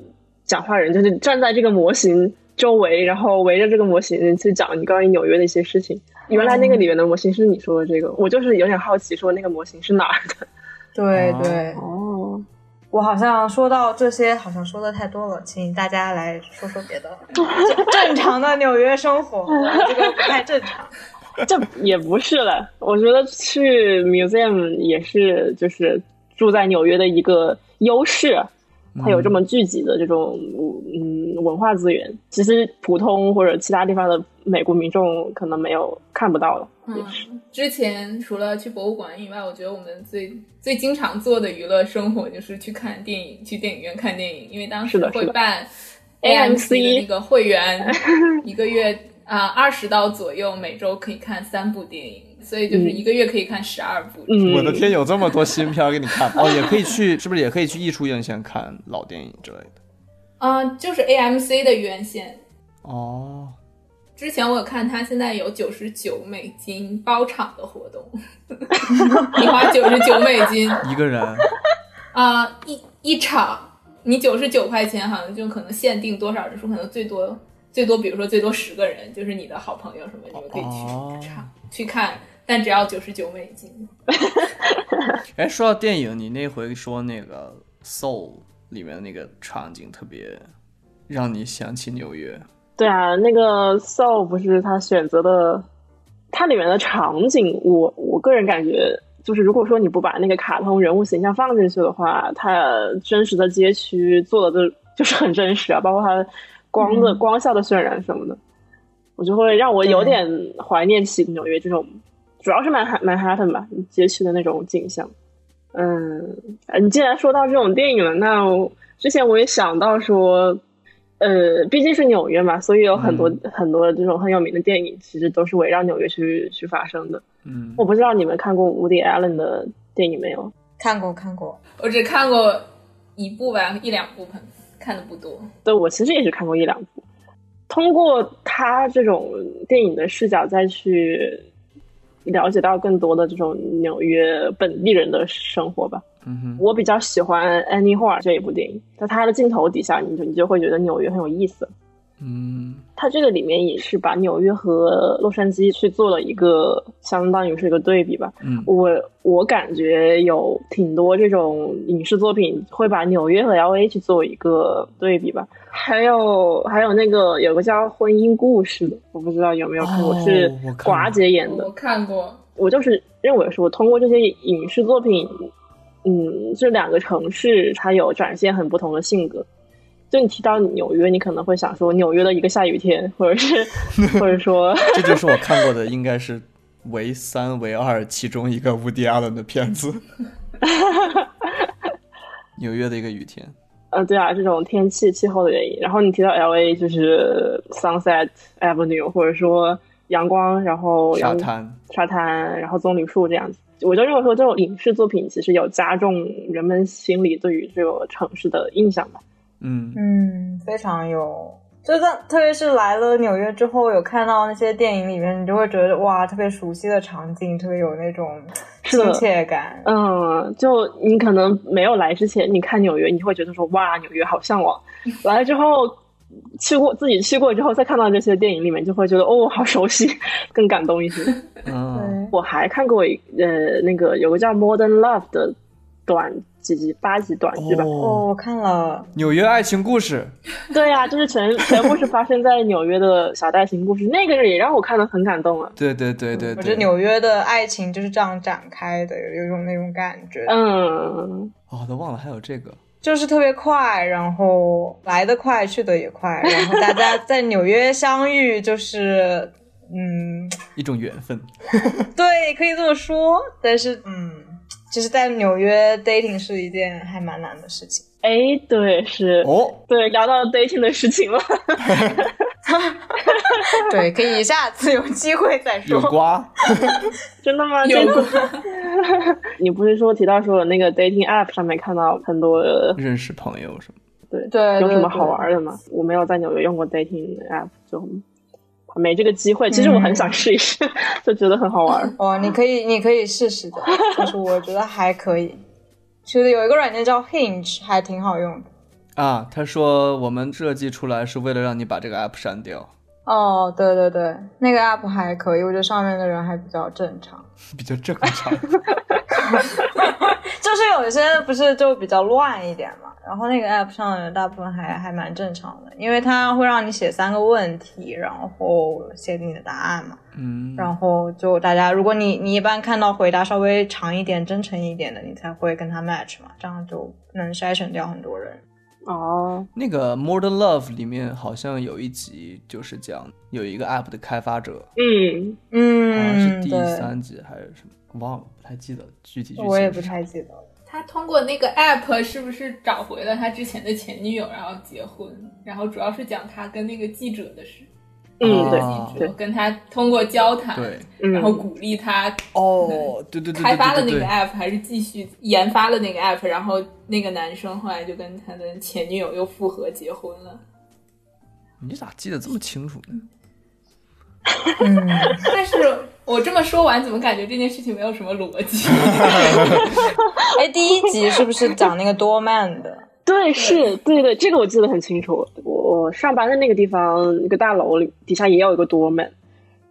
Speaker 2: 讲话人就是站在这个模型周围，然后围着这个模型去讲你关于纽约的一些事情。原来那个里面的模型是你说的这个，我就是有点好奇，说那个模型是哪儿的？
Speaker 4: 对
Speaker 1: 哦
Speaker 4: 对，
Speaker 2: 哦，
Speaker 4: 我好像说到这些，好像说的太多了，请大家来说说别的，正正常的纽约生活，这个不太正常。
Speaker 2: 这也不是了，我觉得去 museum 也是就是住在纽约的一个优势，它
Speaker 1: 嗯
Speaker 2: 有这么聚集的这种嗯文化资源，其实普通或者其他地方的美国民众可能没有看不到的。
Speaker 3: 嗯，之前除了去博物馆以外，我觉得我们最最经常做的娱乐生活就是去看电影，去电影院看电影，因为当时
Speaker 2: 是的
Speaker 3: 会
Speaker 2: 是的
Speaker 3: 办
Speaker 2: AMC
Speaker 3: 的那个会员，一个月啊二十刀左右，每周可以看三部电影，所以就是一个月可以看十二部。
Speaker 2: 嗯，
Speaker 1: 我的天，有这么多新片儿给你看哦！也可以去，是不是也可以去艺术院线看老电影之类的？
Speaker 3: 啊、就是 AMC 的院线。
Speaker 1: 哦，
Speaker 3: 之前我有看，它现在有九十九美金包场的活动， 你花九十九美金
Speaker 1: 一个人，
Speaker 3: 啊、一一场你九十九块钱，好像就可能限定多少人数，可能最多最多，比如说最多十个人，就是你的好朋友什么，你们可以
Speaker 1: 哦
Speaker 3: 去场、去看，但只要九十九美金。
Speaker 1: 哎，说到电影，你那回说那个《Soul》里面的那个场景特别让你想起纽约，
Speaker 2: 对啊，那个 Soul 不是他选择的，它里面的场景，我我个人感觉就是，如果说你不把那个卡通人物形象放进去的话，它真实的街区做的就 就是很真实啊，包括它光的、光效的渲染什么的，我就会让我有点怀念起纽约这种，主要是曼哈曼哈顿吧街区的那种景象。嗯，呃你既然说到这种电影了，那我之前我也想到说，呃，毕竟是纽约嘛，所以有很多、很多这种很有名的电影，其实都是围绕纽约去去发生的。
Speaker 1: 嗯，
Speaker 2: 我不知道你们看过 Woody Allen 的电影没有？
Speaker 4: 看过看过，
Speaker 3: 我只看过一部吧，一两部可能看的不多。
Speaker 2: 对我其实也是看过一两部。通过他这种电影的视角，再去了解到更多的这种纽约本地人的生活吧。
Speaker 1: 嗯哼，
Speaker 2: 我比较喜欢《Annie Hall》这一部电影，在它的镜头底下，你就你就会觉得纽约很有意思。
Speaker 1: 嗯，
Speaker 2: 它这个里面也是把纽约和洛杉矶去做了一个相当于是一个对比吧。
Speaker 1: 嗯
Speaker 2: 我我感觉有挺多这种影视作品会把纽约和 L A 去做一个对比吧。还有还有那个有个叫《婚姻故事》的，我不知道有没有看过，
Speaker 1: 哦
Speaker 2: 是
Speaker 1: 我看过
Speaker 2: 寡姐演的
Speaker 3: 我。看过，
Speaker 2: 我就是认为说，通过这些影视作品，嗯，这两个城市它有展现很不同的性格。就你提到纽约，你可能会想说纽约的一个下雨天，或 者是或者说，
Speaker 1: 这就是我看过的，应该是唯三唯二其中一个乌迪亚伦的片 子，纽约的一个雨天，
Speaker 2: 呃，对啊，这种天气气候的原因。然后你提到 L A 就是 Sunset Avenue，或者说阳光，然后
Speaker 1: 沙
Speaker 2: 阳
Speaker 1: 滩，
Speaker 2: 沙滩，然后棕榈树这样子。我就认为说，这种影视作品其实有加重人们心里对于这个城市的印象吧。
Speaker 1: 嗯，
Speaker 4: 嗯，非常有。就在特别是来了纽约之后，有看到那些电影里面，你就会觉得哇，特别熟悉的场景，特别有那种
Speaker 2: 是的
Speaker 4: 亲切感。
Speaker 2: 嗯，就你可能没有来之前，你看纽约，你会觉得说哇，纽约好向往。来了之后，去过自己去过之后，再看到这些电影里面，就会觉得哦，好熟悉，更感动一些。
Speaker 1: 嗯，
Speaker 4: 对，
Speaker 2: 我还看过一呃，那个有个叫《Modern Love》的短几集，八集短剧吧。
Speaker 1: 哦，
Speaker 4: 哦，我看了，
Speaker 1: 纽约爱情故事，
Speaker 2: 对呀、就是全全部是发生在纽约的小代情故事，那个也让我看得很感动啊。
Speaker 1: 对对对对
Speaker 4: 我觉
Speaker 1: 对，
Speaker 4: 得纽约的爱情就是这样展开的，有有一种那种感觉，
Speaker 2: 嗯，
Speaker 1: 哦，都忘了还有这个，
Speaker 4: 就是特别快，然后来得快，去得也快，然后大家在纽约相遇，就是嗯，
Speaker 1: 一种缘 分。
Speaker 4: 对，可以这么说，但是嗯，就是在纽约 dating 是一件还蛮难的事情。
Speaker 2: 哎，对，是，
Speaker 1: 哦，
Speaker 2: 对，聊到 dating 的事情了。
Speaker 4: 对，可以下次有机会再
Speaker 1: 有
Speaker 4: 说。
Speaker 1: 瓜，
Speaker 2: 啊真的吗？
Speaker 3: 有
Speaker 2: 这个你不是说提到说有那个 dating app 上面看到很多呃
Speaker 1: 认识朋友什么。
Speaker 2: 对
Speaker 4: 对
Speaker 2: 有什么
Speaker 4: 对
Speaker 2: 好玩的吗？我没有在纽约用过 dating app，就没这个机会。其实我很想试一试， 就觉得很好 玩。
Speaker 4: 哦，你可以，你可以试试的，就是我觉得还可以。其实有一个软件叫 Hinge，还挺好用的。
Speaker 1: 啊，他说我们设计出来是为了让你把这个 app 删掉，
Speaker 4: 哦，对对对，那个 app 还可以，我觉得上面的人还比较正常。
Speaker 1: 比较正 常。
Speaker 4: 就是有些不是就比较乱一点嘛，然后那个 app 上的人大部分还还蛮正常的，因为它会让你写三个问题，然后写你的答案嘛。
Speaker 1: 嗯，
Speaker 4: 然后就大家，如果你你一般看到回答稍微长一点、真诚一点的，你才会跟他 match 嘛，这样就能筛选掉很多人。
Speaker 2: 哦，
Speaker 1: 那个《Modern Love》里面好像有一集就是讲有一个 app 的开发者，
Speaker 2: 嗯，
Speaker 1: 好像是
Speaker 4: 嗯，
Speaker 1: 第
Speaker 4: 对，
Speaker 1: 三集还是什么，忘了，不太记得具体剧情。
Speaker 4: 我也不太记得了。
Speaker 3: 他通过那个 app 是不是找回了他之前的前女友，然后结婚？然后主要是讲他跟那个记者的事，
Speaker 2: 嗯，对，
Speaker 1: 啊
Speaker 3: 记者跟他通过交谈，
Speaker 1: 对。
Speaker 2: 嗯
Speaker 3: 然后鼓励他
Speaker 1: 哦，对对对，对
Speaker 3: 开发了
Speaker 1: 对
Speaker 3: 那
Speaker 1: 对
Speaker 3: 个 app，还是继续研发了那个 app，然后那个男生后来就跟他的前女友又复合结婚了。
Speaker 1: 你咋记得这么清楚呢？
Speaker 4: 嗯，
Speaker 3: 但是我这么说完，怎么感觉这件事情没有什么逻 辑？
Speaker 4: 哎，第一集是不是讲那个多曼的？
Speaker 2: 对，是对对，这个我记得很清楚。我我上班的那个地方，一个大楼里底下也有一个 doorman，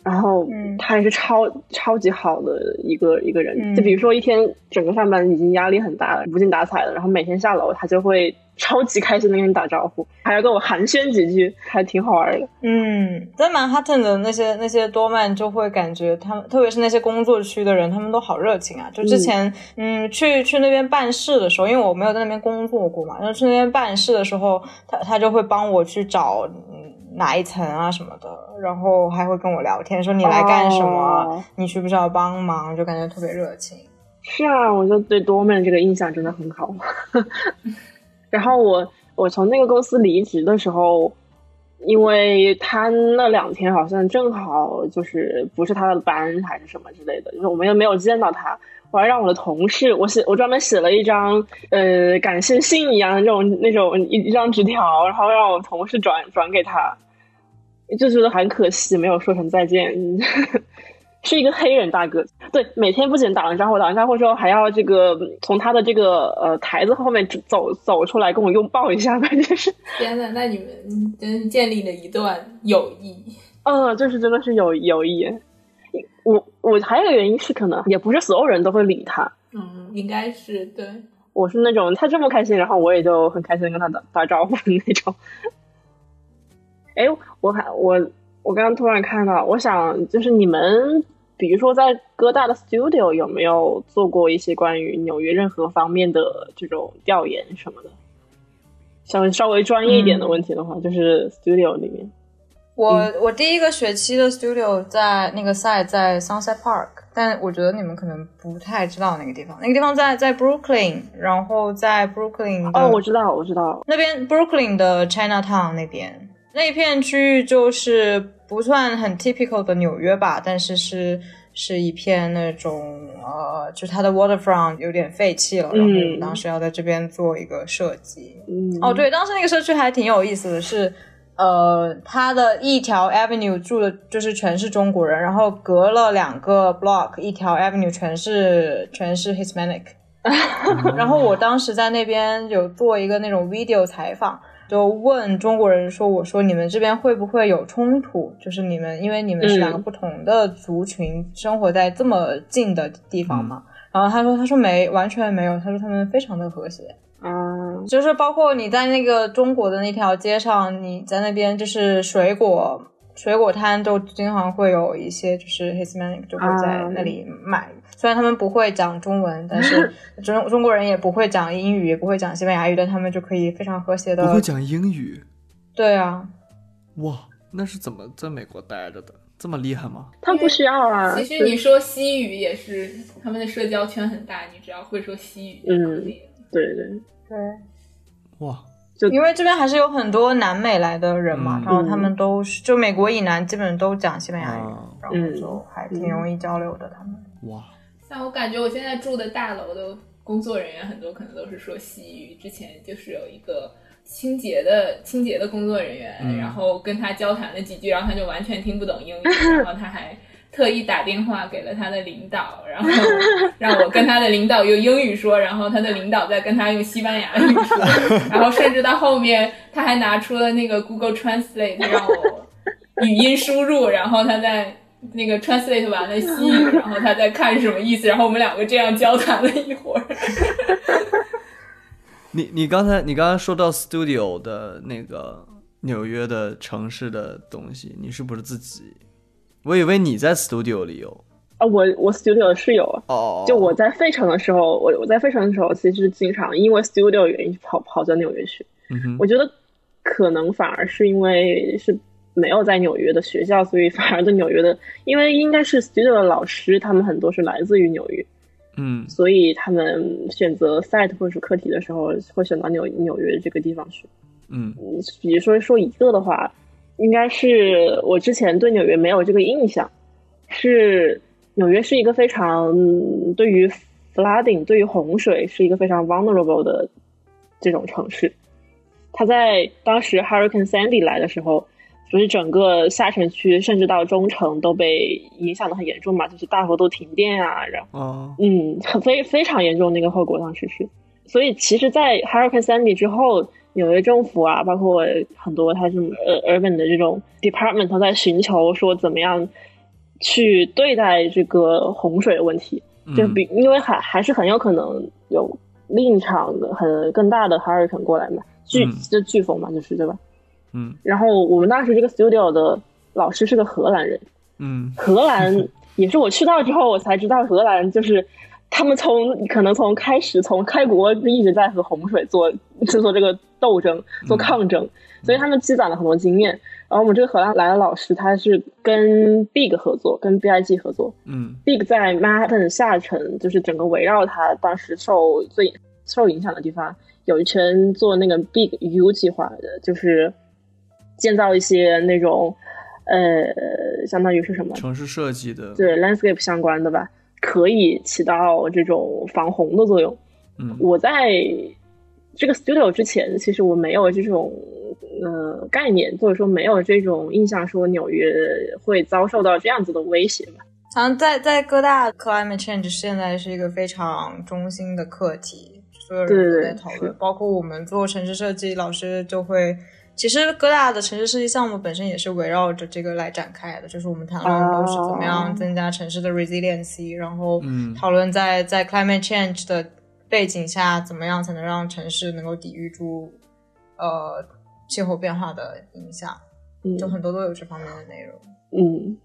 Speaker 2: 然后
Speaker 4: 嗯
Speaker 2: 他也是超、超级好的一个一个人。
Speaker 4: 嗯
Speaker 2: 就比如说一天整个上班已经压力很大了，无精打采了，然后每天下楼他就会超级开心的跟你打招呼，还要跟我寒暄几句，还挺好玩的。
Speaker 4: 嗯，在曼哈顿的那些那些多曼就会感觉他们，特别是那些工作区的人，他们都好热情啊！就之前，嗯，去去那边办事的时候，因为我没有在那边工作过嘛，然后去那边办事的时候，他他就会帮我去找嗯哪一层啊什么的，然后还会跟我聊天，说你来干什么，啊
Speaker 2: 哦
Speaker 4: 你需不需要帮忙，就感觉特别热情。
Speaker 2: 是啊，我就对 Doorman 这个印象真的很好。 然后我我从那个公司离职的时候，因为他那两天好像正好就是不是他的班还是什么之类的，就是我们又没有见到他，我还让我的同事，我写我专门写了一张呃感谢信一样的这种那种一一张纸条，然后让我同事转转给他，就觉得很可惜没有说成再见。是一个黑人大哥，对，每天不仅打完招呼，打完招呼之后还要这个嗯从他的这个呃台子后面走走出来跟我拥抱一下，感觉是，
Speaker 3: 天呐，那你们真是建立了一段友谊。
Speaker 2: 嗯，就是真的是有有意。我我还有一个原因是，可能也不是所有人都会理他，
Speaker 3: 嗯，应该是对。
Speaker 2: 我是那种他这么开心，然后我也就很开心地跟他打打招呼的那种。 哎，我还我我刚刚突然看到，我想就是你们，比如说在哥大的 studio 有没有做过一些关于纽约任何方面的这种调研什么的？像稍微专业一
Speaker 3: 嗯
Speaker 2: 点的问题的话，就是 studio 里面，
Speaker 4: 我
Speaker 2: 嗯
Speaker 4: 我第一个学期的 studio 在那个赛在 Sunset Park，但我觉得你们可能不太知道那个地方。那个地方在在 Brooklyn，然后在 Brooklyn 的
Speaker 2: 哦，
Speaker 3: 嗯
Speaker 2: 我知道，我知道，
Speaker 4: 那边 Brooklyn 的 Chinatown 那边那一片区域就是不算很 typical 的纽约吧，但是是是一片那种呃，就它的 waterfront 有点废弃了，然后我
Speaker 2: 嗯
Speaker 4: 们当时要在这边做一个设计，
Speaker 2: 嗯，
Speaker 4: 哦，，对，当时那个社区还挺有意思的是，呃，它的一条 avenue 住的就是全是中国人，然后隔了两个 block，一条 avenue 全是全是 Hispanic， 然后我当时在那边有做一个那种 video 采访，就问中国人说：“我说你们这边会不会有冲突？就是你们因为你们是两个不同的族群，生活在这么近的地方嘛。”然后他说：“他说没，完全没有。他说他们非常的和谐。”
Speaker 2: 嗯，
Speaker 4: 就是包括你在那个中国的那条街上，你在那边就是水果水果摊都经常会有一些就是 Hispanic 就会在那里买，虽然他们不会讲中文，但是中中国人也不会讲英语，也不会讲西班牙语，但他们就可以非常和谐
Speaker 1: 不
Speaker 4: 的
Speaker 1: 会。讲英语，
Speaker 4: 对啊，
Speaker 1: 哇，那是怎么在美国待着的？这么厉害吗？
Speaker 2: 他们不需要啊。
Speaker 3: 其实你说西语也是，他们的社交圈很大，你只要会说西语就可以了。
Speaker 2: 对对，
Speaker 4: 对，
Speaker 1: 哇，
Speaker 4: 因为这边还是有很多南美来的人嘛，
Speaker 1: 嗯
Speaker 4: 然后他们都是就美国以南基本都讲西班牙语，
Speaker 1: 啊，
Speaker 4: 然后就还挺容易交流的。他们
Speaker 1: 哇，
Speaker 3: 像我感觉我现在住的大楼的工作人员很多可能都是说西语，之前就是有一个。清洁的清洁的工作人员，
Speaker 1: 嗯
Speaker 3: 然后跟他交谈了几句，然后他就完全听不懂英语，然后他还特意打电话给了他的领导，然后让我跟他的领导用英语说，然后他的领导再跟他用西班牙语说，然后甚至到后面他还拿出了那个 Google Translate 让我语音输入，然后他在那个 translate 完了西语，然后他在看什么意思，然后我们两个这样交谈了一会儿。
Speaker 1: 你你刚才你刚才说到 studio 的那个纽约的城市的东西，你是不是自己？我以为你在 studio 里有
Speaker 2: 啊，我我 studio 是有，
Speaker 1: 哦，
Speaker 2: 就我在费城的时候，我我在费城的时候，其实经常因为 studio 原因跑跑到纽约去。
Speaker 1: 嗯哼，
Speaker 2: 我觉得可能反而是因为是没有在纽约的学校，所以反而对纽约的，因为应该是 studio 的老师，他们很多是来自于纽约，
Speaker 1: 嗯
Speaker 2: 所以他们选择 site 或者是课题的时候，会选到纽纽约这个地方去。
Speaker 1: 嗯
Speaker 2: 嗯比如说说一个的话，应该是我之前对纽约没有这个印象，是纽约是一个非常嗯对于 flooding 对于洪水是一个非常嗯 vulnerable 的这种城市。它在嗯当时 Hurricane Sandy 来的时候，就是整个下城区甚至到中城都被影响的很严重嘛，就是大幅度停电啊，然后。
Speaker 1: 哦
Speaker 2: 嗯，很非非常严重那个后果，当时是。所以其实，在 Hurricane Sandy 之后，纽约政府啊，包括很多它这种呃 urban 的这种 department 都在寻求说怎么样去对待这个洪水问题。
Speaker 1: 嗯
Speaker 2: 就比因为还还是很有可能有另一场很更大的 hurricane 过来嘛，飓
Speaker 1: 嗯
Speaker 2: 就飓风嘛，就是对吧？
Speaker 1: 嗯
Speaker 2: 然后我们当时这个 studio 的老师是个荷兰人，
Speaker 1: 嗯
Speaker 2: 荷兰也是我去到之后我才知道，荷兰就是他们从可能从开始从开国就一直在和洪水做就做这个斗争、做抗争，所以他们积攒了很多经验。然后我们这个荷兰来的老师，他是跟 Big 合作，跟 BIG 合作。
Speaker 1: 嗯
Speaker 2: Big 在曼哈顿下城，就是整个围绕他当时受最受影响的地方，有一圈做那个 Big U 计划的，就是建造一些那种呃，相当于是什么
Speaker 1: 城市设计的
Speaker 2: 对 landscape 相关的吧，可以起到这种防洪的作用。
Speaker 1: 嗯
Speaker 2: 我在这个 studio 之前，其实我没有这种呃概念，或者说没有这种印象，说纽约会遭受到这样子的威胁嘛。
Speaker 4: 好像在在各大 climate change 现在是一个非常中心的课题，所有人都在讨
Speaker 2: 对
Speaker 4: 论，包括我们做城市设计，老师就会。其实各大的城市设计项目本身也是围绕着这个来展开的，就是我们谈论都是怎么样
Speaker 2: 哦
Speaker 4: 增加城市的 resiliency，、然后
Speaker 1: 嗯
Speaker 4: 讨论在在 climate change 的背景下，怎么样才能让城市能够抵御住呃气候变化的影响，
Speaker 2: 嗯
Speaker 4: 就很多都有这方面的内容。
Speaker 2: 嗯，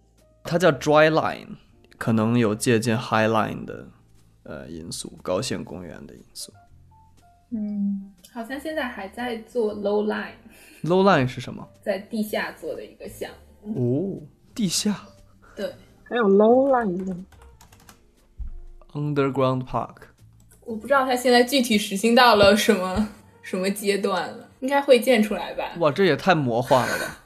Speaker 1: 它叫 dry line，可能有借鉴 high line 的呃因素，高线公园的因素。
Speaker 4: 嗯。
Speaker 3: 好像现在还在做 low line，
Speaker 1: low line 是什么？
Speaker 3: 在地下做的一个项目。
Speaker 1: 哦，地下
Speaker 3: 对
Speaker 2: 还有 low line 的
Speaker 1: underground park。
Speaker 3: 我不知道它现在具体实行到了什么什么阶段了，应该会建出来吧？
Speaker 1: 哇，这也太魔幻了吧！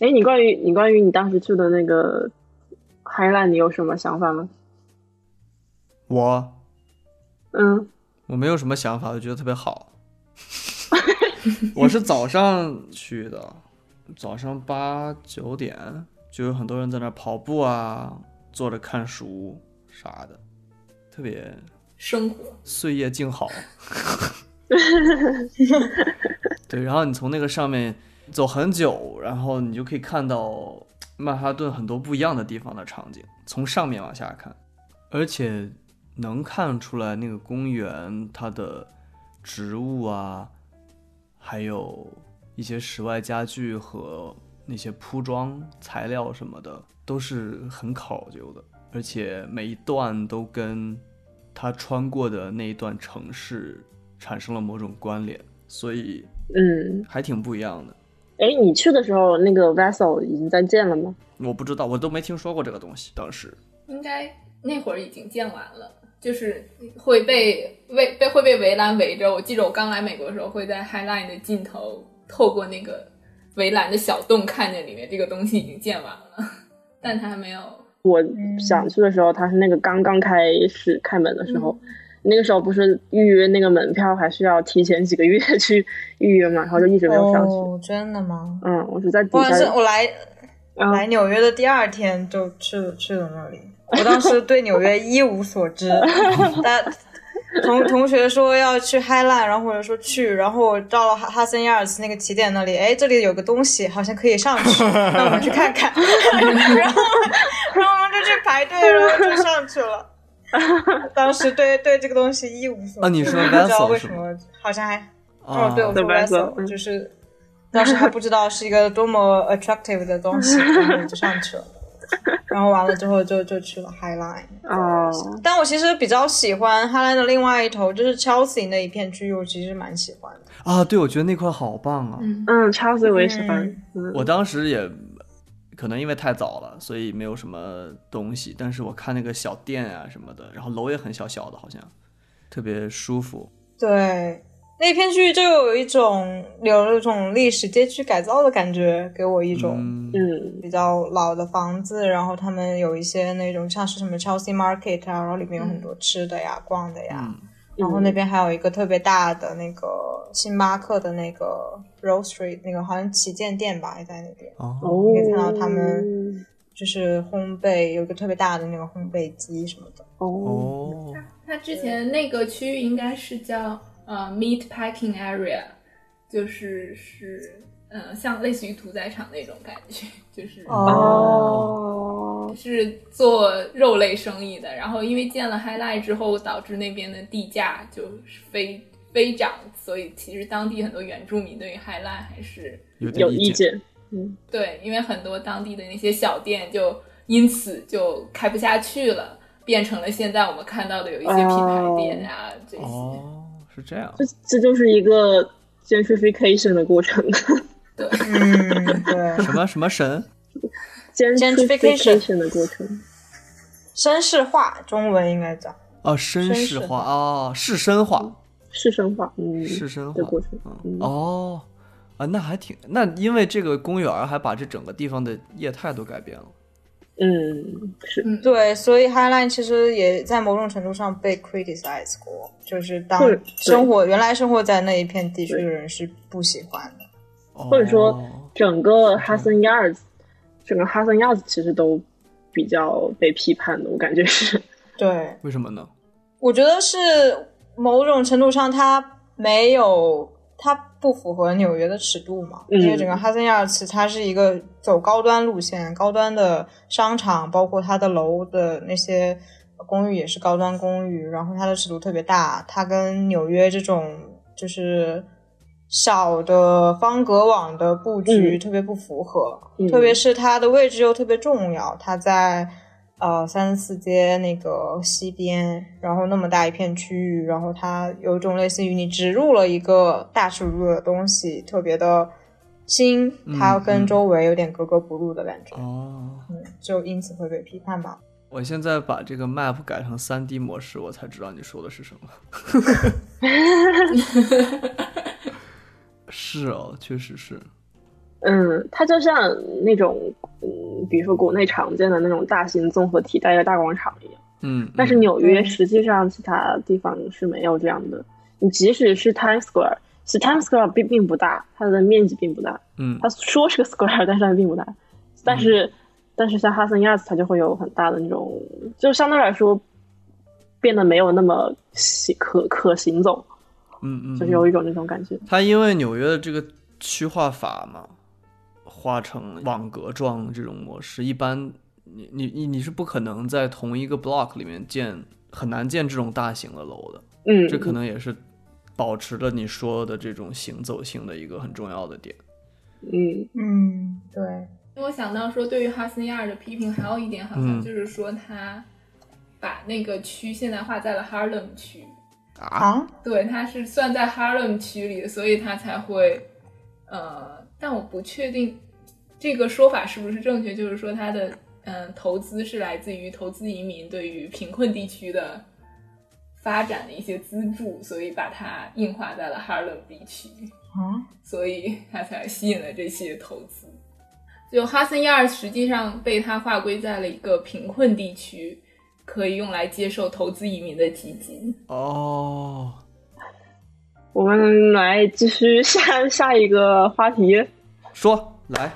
Speaker 2: 哎，你关于你关于你当时去的那个 Highland，你有什么想法吗？
Speaker 1: 我
Speaker 2: 嗯，
Speaker 1: 我没有什么想法，我觉得特别好。 我是早上去的，早上八九点就有很多人在那儿跑步啊，坐着看书啥的，特别
Speaker 3: 生活。
Speaker 1: 岁月静好。对，然后你从那个上面走很久，然后你就可以看到曼哈顿很多不一样的地方的场景，从上面往下看，而且能看出来那个公园它的植物啊，还有一些室外家具和那些铺装材料什么的，都是很考究的，而且每一段都跟他穿过的那一段城市产生了某种关联，所以
Speaker 2: 嗯，
Speaker 1: 还挺不一样的。
Speaker 2: 哎，你去的时候那个 vessel 已经在建了吗？
Speaker 1: 我不知道，我都没听说过这个东西。当时
Speaker 3: 应该那会儿已经建完了，就是会被围被会被围栏围着。我记得我刚来美国的时候，会在 High Line 的尽头透过那个围栏的小洞，看见里面这个东西已经建完了， 但它还没有。
Speaker 2: 我
Speaker 4: 嗯
Speaker 2: 想去的时候，它是那个刚刚开始开门的时候，那个时候不是预约那个门票还是要提前几个月 去预约嘛，然后就一直没有上去。
Speaker 4: 哦，真的吗？
Speaker 2: 嗯，我是在底
Speaker 4: 我
Speaker 2: 下
Speaker 4: 是我来
Speaker 2: 嗯
Speaker 4: 来纽约的第二天就去了去了那里，我当时对纽约一无所知，大同同学说要去 High Line，然后我就说去，然后我到了哈哈森亚尔斯那个起点那里，哎，这里有个东西好像可以上去，那我们去看看，然后然后我们就去排队，然后就上去了。当时对对这个东西一无所知，
Speaker 1: 啊你说
Speaker 4: 不知道
Speaker 1: Vessel
Speaker 4: 为
Speaker 1: 是
Speaker 4: 什
Speaker 1: 吗
Speaker 4: 么，好像还
Speaker 1: 啊，
Speaker 4: 哦，对，我
Speaker 2: 对
Speaker 4: 说
Speaker 2: Vessel，
Speaker 4: vessel
Speaker 2: 嗯
Speaker 4: 就是当时还不知道是一个多么 attractive 的东西，然后就上去了。然后完了之后就就去了 High Line，
Speaker 2: 哦，
Speaker 4: 但我其实比较喜欢 High Line 的另外一头，就是 Chelsea 那一片区域，我其实蛮喜欢的。
Speaker 1: 啊，对，我觉得那块好棒啊。
Speaker 3: 嗯，
Speaker 2: 嗯，超市我也喜欢。嗯
Speaker 1: 我当时也可能因为太早了，所以没有什么东西。但是我看那个小店啊什么的，然后楼也很小小的，好像特别舒服。
Speaker 4: 对，那片区域就有一种有一种历史街区改造的感觉，给我一种。
Speaker 1: 嗯，
Speaker 2: 嗯
Speaker 4: 比较老的房子，然后他们有一些那种像是什么 Chelsea Market 啊，然后里面有很多吃的呀、逛的呀，
Speaker 1: 嗯
Speaker 4: 然后那边还有一个特别大的那个星巴克的那个 roastery，那个好像旗舰店吧，也在那边，
Speaker 1: 哦，
Speaker 2: 哦，
Speaker 4: 可以看到他们就是烘焙有一个特别大的那个烘焙机什么的。
Speaker 2: 哦，
Speaker 1: 哦，
Speaker 3: 它之前那个区域应该是叫呃 meat packing area，就是是呃像类似于屠宰场那种感觉， 就是
Speaker 1: 哦
Speaker 2: 哦，
Speaker 3: 是做肉类生意的，然后因为建了 High Line 之后，导致那边的地价就是飞飞涨，所以其实当地很多原住民对于 High Line 还是
Speaker 1: 有点
Speaker 2: 有意
Speaker 1: 见。
Speaker 2: 见。
Speaker 3: 对，因为很多当地的那些小店就因此就开不下去了，变成了现在我们看到的有一些品牌店啊、这些。
Speaker 1: 哦，是这样。
Speaker 2: 这这就是一个 gentrification 的过程
Speaker 4: 嗯，对，
Speaker 1: 什么什么神？
Speaker 2: ，gentrification 的过程。
Speaker 4: 绅士化，中文应该讲。
Speaker 1: 哦，绅
Speaker 2: 绅
Speaker 1: 士
Speaker 2: 士
Speaker 1: 化哦，是绅化，
Speaker 2: 是生化，嗯，
Speaker 1: 是绅
Speaker 2: 的过
Speaker 1: 化。
Speaker 2: 程，
Speaker 1: 嗯哦，啊，那还挺那，因为这个公园儿还把这整个地方的业态都改变了。
Speaker 2: 嗯，是，
Speaker 3: 嗯，
Speaker 4: 对，所以 Highline 其实也在某种程度上被 criticize 过，就是当
Speaker 2: 或者
Speaker 4: 生活原来生活在那一片地区的人是不喜欢的。
Speaker 1: 或
Speaker 2: 或者说
Speaker 1: 哦
Speaker 2: 整个哈森亚尔，整个哈森亚尔其实都比较被批判的，我感觉是，
Speaker 4: 对，
Speaker 1: 为什么呢？
Speaker 4: 我觉得是某种程度上，它没有，它不符合纽约的尺度嘛。
Speaker 2: 嗯
Speaker 4: 因为整个哈森亚尔茨，它是一个走高端路线，高端的商场，包括它的楼的那些公寓也是高端公寓，然后它的尺度特别大。它跟纽约这种就是小的方格网的布
Speaker 2: 嗯
Speaker 4: 局特别不符合，
Speaker 2: 嗯
Speaker 4: 特别是它的位置又特别重要，它在。呃三十四街那个西边，然后那么大一片区域，然后它有一种类似于你植入了一个大尺度的东西，特别的新
Speaker 1: 嗯，
Speaker 4: 它跟周围有点格格不入的感
Speaker 2: 嗯
Speaker 4: 觉，
Speaker 1: 哦，
Speaker 4: 就因此会被批判吧。
Speaker 1: 我现在把这个 map 改成 3D 模式，我才知道你说的是什么。 是哦，确实是。
Speaker 2: 嗯，它就像那种，嗯，比如说国内常见的那种大型综合体在一个大广场一样，
Speaker 1: 嗯，
Speaker 2: 但是
Speaker 1: 嗯
Speaker 2: 纽约
Speaker 4: 嗯
Speaker 2: 实际上其他地方是没有这样的，你即使是 Times Square，是 Times Square 并并不大，它的面积并不大，
Speaker 1: 嗯
Speaker 2: 它说是个 square，但是它并不大。但是，但是像哈森亚斯，它就会有很大的那种，就相对来说
Speaker 5: 变得没有那么行可可行走，
Speaker 1: 嗯嗯，
Speaker 5: 就是有一种那种感觉。
Speaker 1: 它因为纽约的这个区划法嘛，划成网格状这种模式，一般你你你你是不可能在同一个 block 里面建很难建这种大型的楼的，
Speaker 5: 嗯，
Speaker 1: 这可能也是保持了你说的这种行走性的一个很重要的点。
Speaker 5: 嗯
Speaker 4: 嗯，对，
Speaker 3: 因为我想到说，对于哈斯尼亚尔的批评还有一点，好像
Speaker 1: 嗯
Speaker 3: 就是说他把那个区现在划在了 Harlem 区，
Speaker 4: 啊，
Speaker 3: 对，他是算在 Harlem 区里，所以他才会呃，但我不确定这个说法是不是正确，就是说他的嗯、呃投资是来自于投资移民对于贫困地区的发展的一些资助，所以把它硬化在了 Harlem 地区。
Speaker 4: 啊，
Speaker 3: 所以他才吸引了这些投资。就哈森亚尔实际上被他划归在了一个贫困地区，可以用来接受投资移民的基金。
Speaker 1: 哦，
Speaker 5: 我们来继续下下一个话题。
Speaker 1: 说 来，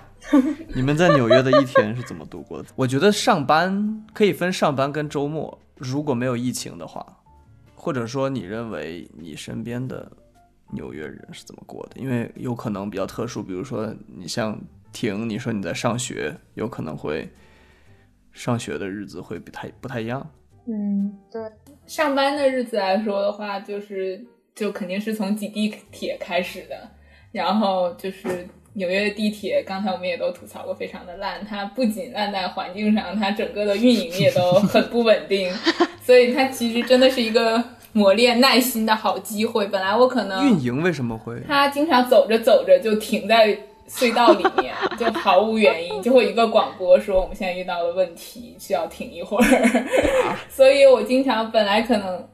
Speaker 1: 你们在纽约的一天是怎么度过的？我觉得上班可以分上班跟周末，如果没有疫情的话，或者说你认为你身边的纽约人是怎么过的？因为有可能比较特殊，比如说你像婷，你说你在上学，有可能会上学的日子会不太不太一样。
Speaker 4: 嗯，对，
Speaker 3: 上班的日子来说的话，就是就肯定是从挤地铁开始的，然后就是。纽约地铁，刚才我们也都吐槽过，非常的烂。它不仅烂在环境上，它整个的运营也都很不稳定，所以它其实真的是一个磨练耐心的好机会。本来我可能
Speaker 1: 运营为什么会？
Speaker 3: 他经常走着走着就停在隧道里面， 就毫无原因，就会一个广播说我们现在遇到了问题，需要停一会儿。所以我经常本来可能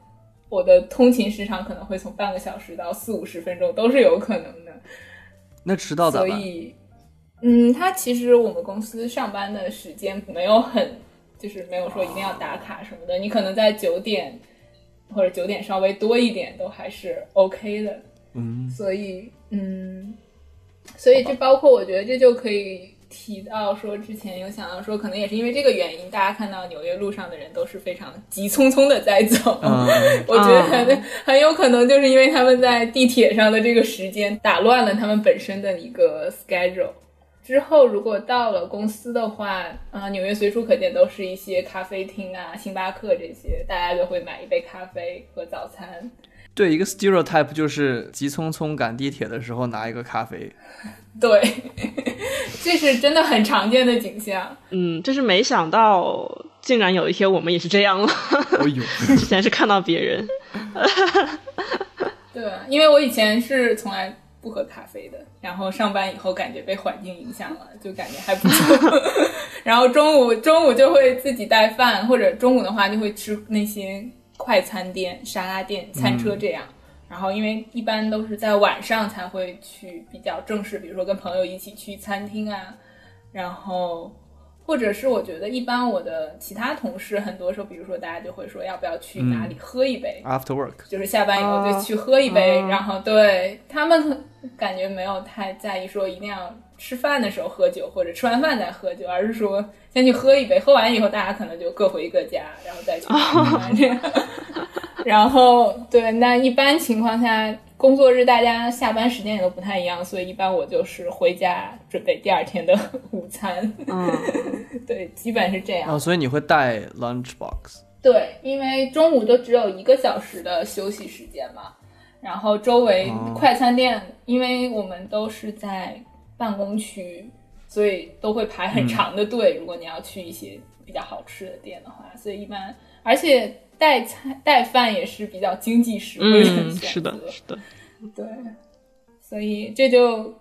Speaker 3: 我的通勤时长可能会从半个小时到四五十分钟都是有可能的，
Speaker 1: 那迟到咋
Speaker 3: 所
Speaker 1: 办？
Speaker 3: 以，嗯，他其实我们公司上班的时间没有很，就是没有说一定要打卡什么的，你可能在九点或者九点稍微多一点都还是 OK 的。
Speaker 1: 嗯，
Speaker 3: 所以，嗯，所以这包括我觉得这就可以提到说，之前有想到说，可能也是因为这个原因，大家看到纽约路上的人都是非常急匆匆的在走。
Speaker 1: 嗯，
Speaker 3: 我觉得很很有可能就是因为他们在地铁上的这个时间打乱了他们本身的一个 schedule。之后如果到了公司的话，啊、纽约随处可见都是一些咖啡厅啊、星巴克这些，大家就会买一杯咖啡和早餐。
Speaker 1: 对，一个 stereotype 就是急匆匆赶地铁的时候拿一个咖啡，
Speaker 3: 对， 这是真的很常见的景象。
Speaker 5: 嗯，
Speaker 2: 就是没想到，竟然有一天我们也是这样了。
Speaker 1: 哎呦。
Speaker 2: 之前是看到 别人，
Speaker 3: 对，啊因为我以前是从来不喝咖啡的，然后上班以后感觉被环境影响了，就感觉还不错。然后中午中午就会自己带饭，或者中午的话就会吃那些快餐店、沙拉店、餐车这样。然后因为一般都是在晚上才会去比较正式，比如说跟朋友一起去餐厅啊，然后。或者是我觉得一般，我的其他同事很多时候，比如说大家就会说要不要去哪里喝一杯，
Speaker 1: After work，
Speaker 3: 就是下班以后就去喝一杯，
Speaker 5: 哦
Speaker 3: 然后对他们可感觉没有太在意说一定要吃饭的时候喝酒，或者吃完饭再喝酒，而是说先去喝一杯，喝完以后大家可能就各回各家，然后再去吃饭这样。 然后对，那一般情况下，工作日大家下班时间也都不太一样，所以一般我就是回家准备第二天的 午餐，
Speaker 5: 嗯，
Speaker 3: 对，基本是这样。
Speaker 1: 哦，所以你会带 lunch box，
Speaker 3: 对，因为中午就只有一个小时的休息时间嘛，然后周围
Speaker 1: 哦
Speaker 3: 快餐店，因为我们都是在办公区，所以都会排很长的
Speaker 2: 嗯
Speaker 3: 队。如果你要去一些比较好吃的店的话，所以一般，而且带餐带饭也是比较经济实惠
Speaker 2: 嗯，
Speaker 3: 的选择。
Speaker 2: 是的，是的，
Speaker 3: 对，所以这就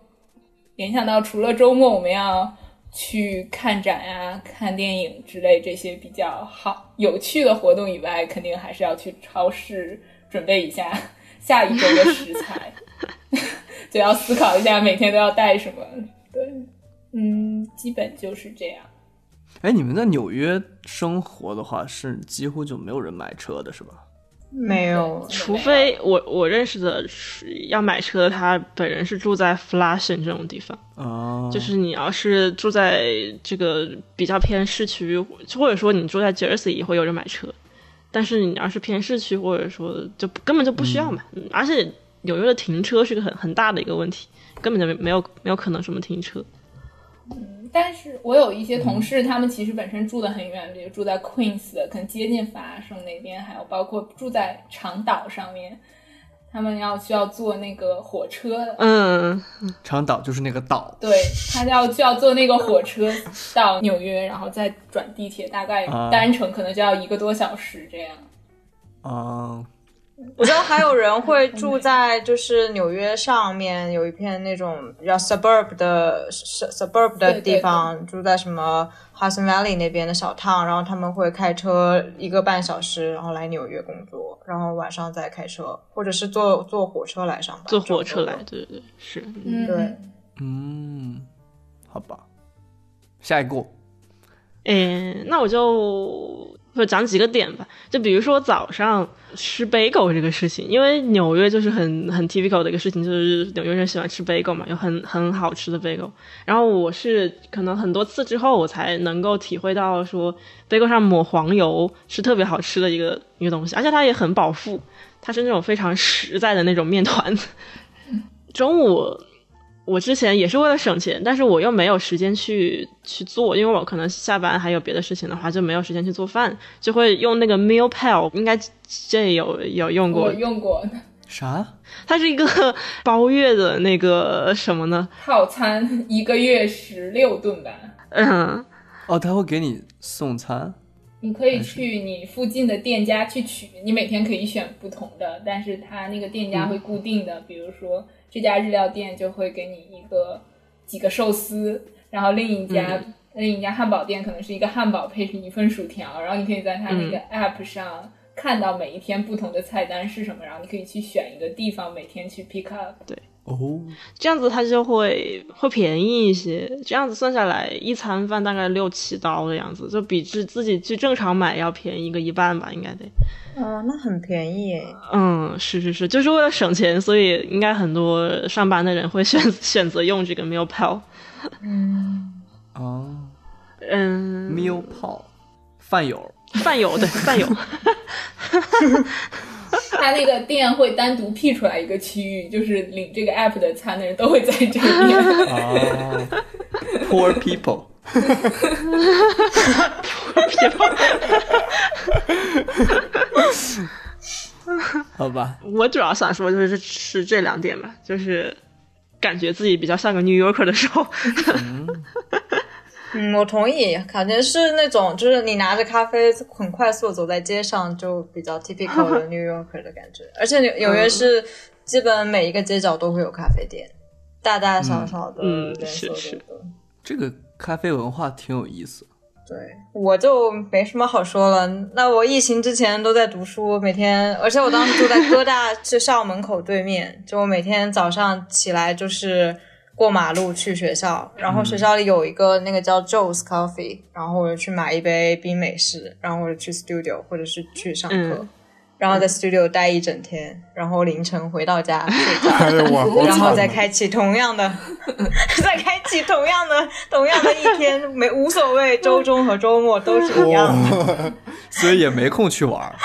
Speaker 3: 联想到，除了周末我们要去看展呀、看电影之类这些比较好有趣的活动以外，肯定还是要去超市准备一下下一周的食材，就要思考一下每天都要带什么。对，嗯，基本就是这样。
Speaker 1: 哎，你们在纽约生活的话，是几乎就没有人买车的是吧？
Speaker 4: 没有，
Speaker 2: 除非我我认识的要买车的，他本人是住在 Flushing 这种地方。
Speaker 1: 哦，
Speaker 2: 就是你要是住在这个比较偏市区，或者说你住在 Jersey 会有人买车，但是你要是偏市区，或者说就根本就不需要嘛。嗯而且纽约的停车是个很很大的一个问题，根本就没没有没有可能什么停车。
Speaker 3: 但是我有一些同事，他们其实本身住的很远，比如住在 Queens 的，可能接近法拉盛那边，还有包括住在长岛上面，他们要需要坐那个火车的，
Speaker 2: 嗯，
Speaker 1: 长岛就是那个岛
Speaker 3: 对他要需要坐那个火车到纽约，然后再转地铁，大概
Speaker 1: 啊
Speaker 3: 单程可能就要一个多小时这样。
Speaker 1: 啊，
Speaker 4: 我知道还有人 会住在就是纽约上面有一片那种比较 suburb 的 sub- suburb 的
Speaker 3: 对对
Speaker 4: 地方，住在什么 Hudson Valley 那边的小 town，然后他们会开车一个半小时，然后来纽约工作，然后晚上再开车，或者是坐坐火车来上班。
Speaker 2: 坐火车
Speaker 4: 这
Speaker 2: 来
Speaker 4: 种，
Speaker 2: 对对对，是。
Speaker 3: 嗯，
Speaker 4: 对
Speaker 1: 嗯，好吧，下一个，
Speaker 2: 诶，嗯哎那我就就讲几个点吧。就比如说早上吃 bagel 这个事情，因为纽约就是很很 typical 的一个事情，就是纽约人喜欢吃 bagel 嘛，有很很好吃的 bagel。然后我是可能很多次之后，我才能够体会到说 bagel 上抹黄油是特别好吃的一个一个东西，而且它也很饱腹，它是那种非常实在的那种面团。 中午我之前也是为了省钱，但是我又没有时间去去做，因为我可能下班还有别的事情的话，就没有时间去做饭，就会用那个 meal pal，应该这也有有用过
Speaker 3: 我，用过
Speaker 1: 啥？
Speaker 2: 它是一个 包月的那个什么呢？
Speaker 3: 套餐，一个月十六顿吧。
Speaker 2: 嗯，
Speaker 1: 哦，他会给你送餐
Speaker 3: 你可以去你附近的店家去取，你每天可以选不同的，但是它那个店家会固定的，比如说这家日料店就会给你一个几个寿司，然后另一家、另一家汉堡店可能是一个汉堡配一份薯条，然后你可以在它那个 app 上看到每一天不同的菜单是什么，然后你可以去选一个地方每天去 pick up。
Speaker 1: 哦，
Speaker 2: 这样子它就会会便宜一些，这样子算下来一餐饭大概六七刀的样子，就比自自己去正常买要便宜个一半吧，应该得。
Speaker 4: 哦，那很便宜诶。
Speaker 2: 嗯，是是是，就是为了省钱，所以应该很多上班的人会选选择用这个 meal pal。
Speaker 1: 啊
Speaker 2: 嗯，
Speaker 1: ，meal 泡，饭友，
Speaker 2: 饭友对饭友，
Speaker 3: 它那个店会单独 P 出来一个区域，就是领这个 app 的餐的人都会在这边。
Speaker 1: 哦，poor people，好吧，
Speaker 2: 我主要想说就是是这两点吧，就是感觉自己比较像个 New Yorker 的时候，
Speaker 4: 嗯，我同意，感觉是那种就是你拿着咖啡很快速地走在街上，就比较 typical 的 New Yorker 的感觉。而且纽
Speaker 2: 嗯
Speaker 4: 纽约是基本每一个街角都会有咖啡店，大大小小的
Speaker 2: 嗯嗯
Speaker 4: 连锁
Speaker 2: 是
Speaker 4: 的
Speaker 2: 是
Speaker 4: 都有。
Speaker 1: 这个咖啡文化挺有意思。
Speaker 4: 对，我就没什么好说了。那我疫情之前都在读书，每天，而且我当时住在哥大就校门口对面，就我每天早上起来就是过马路去学校，然后学校里有一个那个叫 Joe's Coffee，然后我就去买一杯冰美式，然后我就去 studio 或者是去上课。
Speaker 2: 嗯
Speaker 4: 然后在 studio 待一整天，然后凌晨回到家睡觉，
Speaker 6: 哎呦我好
Speaker 4: 然后
Speaker 6: 惨
Speaker 4: 再
Speaker 6: 啊！
Speaker 4: 开启同样的，再开启同样的同样的一天，没无所谓，周中和周末都是一样的。
Speaker 1: 所以也没空去玩儿。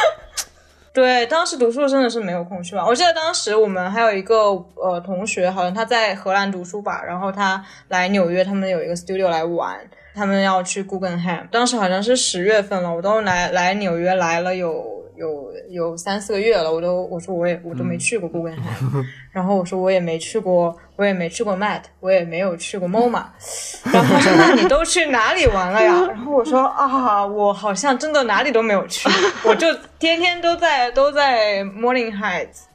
Speaker 4: 对，当时读书真的是没有空去玩。我记得当时我们还有一个呃同学，好像他在荷兰读书吧，然后他来纽约，他们有一个 studio 来玩，他们要去 Guggenheim。当时好像是十月份了，我都来来纽约来了有有有三四个月了，我都我说我也我都
Speaker 1: 嗯
Speaker 4: 没去过 Guggenheim，、然后我说我也没去过，我也没去过 Met，我也没有去过 MoMA。然 后他说：“那你都去哪里玩了呀？” 然后我说：“啊，我好像真的哪里都没有去，我就天天都在都在 Morning Heights。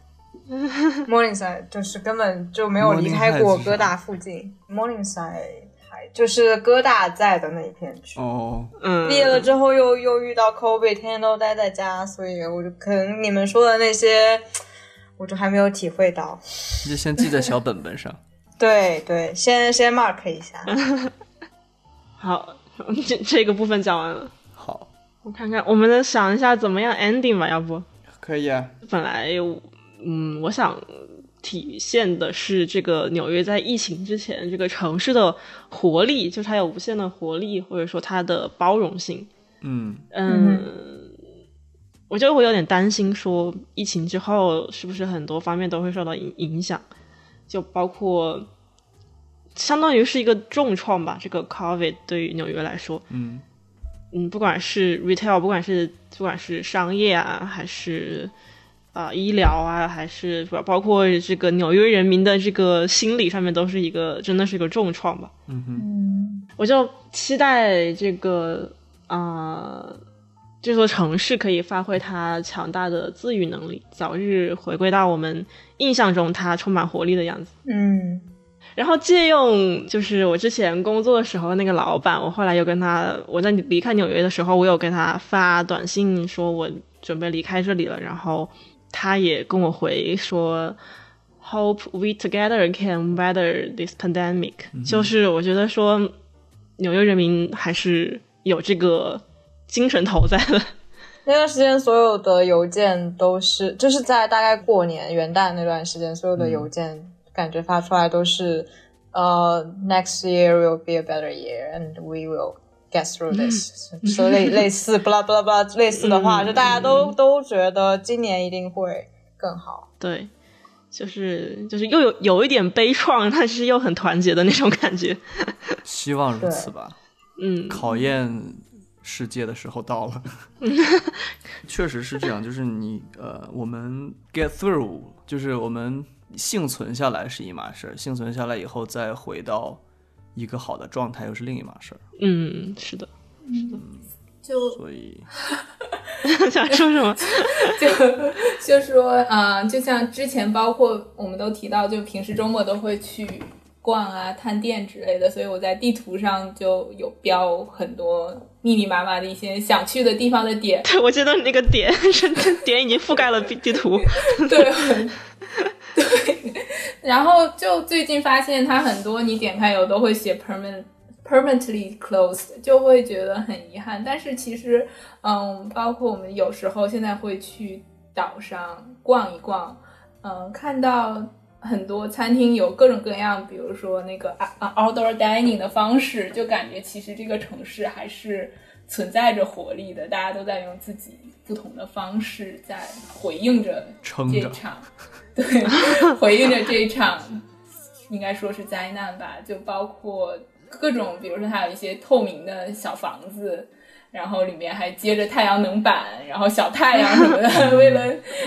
Speaker 4: Morningside 就是根本就没有离开过
Speaker 1: Morning Heights 是啥
Speaker 4: 哥大附近。Morningside 就是哥大在的那一片区。
Speaker 1: 哦，
Speaker 2: 嗯，
Speaker 4: 毕业了之后又又遇到 COVID，天天都待在家，所以我就可能你们说的那些，我就还没有体会到。
Speaker 1: 你就先记在小本本上。
Speaker 4: 对对，先先 mark 一下。
Speaker 2: 好，这这个部分讲完了，
Speaker 1: 好，
Speaker 2: 我看看，我们再想一下怎么样 ending 吧，要不？
Speaker 1: 可以啊。
Speaker 2: 本来我，嗯，我想体现的是这个纽约在疫情之前这个城市的活力，就是它有无限的活力，或者说它的包容性。
Speaker 1: 嗯，
Speaker 2: 嗯，我就会有点担心，说疫情之后是不是很多方面都会受到影影响，就包括相当于是一个重创吧。这个 COVID 对于纽约来说，
Speaker 1: 嗯
Speaker 2: 嗯，不管是 retail，不管是不管是商业啊，还是啊、呃医疗啊，还是包包括这个纽约人民的这个心理上面，都是一个真的是一个重创吧。
Speaker 1: 嗯哼，
Speaker 4: 嗯，
Speaker 2: 我就期待这个呃这座城市可以发挥它强大的自愈能力，早日回归到我们印象中它充满活力的样子。
Speaker 4: 嗯，
Speaker 2: 然后借用就是我之前工作的时候那个老板，我后来有跟他，我在离开纽约的时候，我有跟他发短信说我准备离开这里了，然后他也跟我回说，Hope we together can weather this pandemic，、就是我觉得说纽约人民还是有这个精神头在的，
Speaker 4: 那段时间所有的邮件都是，就是在大概过年元旦那段时间，所有的
Speaker 2: 嗯
Speaker 4: 邮件感觉发出来都是，呃、n e x t year will be a better year and we will get through this，说、类类似 blah blah blah 类似的话，
Speaker 2: 嗯
Speaker 4: 就大家都都觉得今年一定会更好。
Speaker 2: 对。就是就是又有有一点悲怆，但是又很团结的那种感觉，
Speaker 1: 希望如此吧。
Speaker 2: 嗯，
Speaker 1: 考验世界的时候到 了，确实是这样。就是你呃，我们 get through，就是我们幸存下来是一码事儿，幸存下来以后再回到一个好的状态又是另一码事儿。
Speaker 2: 嗯，是的。
Speaker 3: 就
Speaker 1: 所以，
Speaker 2: 想说什么？
Speaker 3: 就就说，嗯、就像之前包括我们都提到，就平时周末都会去逛啊、探店之类的，所以我在地图上就有标很多密密麻麻的一些想去的地方的点，
Speaker 2: 对，我记得你那个点是 点已经覆盖了地地图。
Speaker 3: 对， 很对。然后就最近发现它很多，你点开有都会写 permanent。permanently closed 就会觉得很遗憾，但是其实，嗯，包括我们有时候现在会去岛上逛一逛，嗯，看到很多餐厅有各种各样，比如说那个啊啊 outdoor dining 的方式，就感觉其实这个城市还是存在着活力的，大家都在用自己不同的方式在回应着
Speaker 1: 撑
Speaker 3: 这
Speaker 1: 着
Speaker 3: 场，对，回应着这一场，应该说是灾难吧，就包括各种，比如说它有一些透明的小房子。然后里面还接着太阳能板，然后小太阳什 么的，为了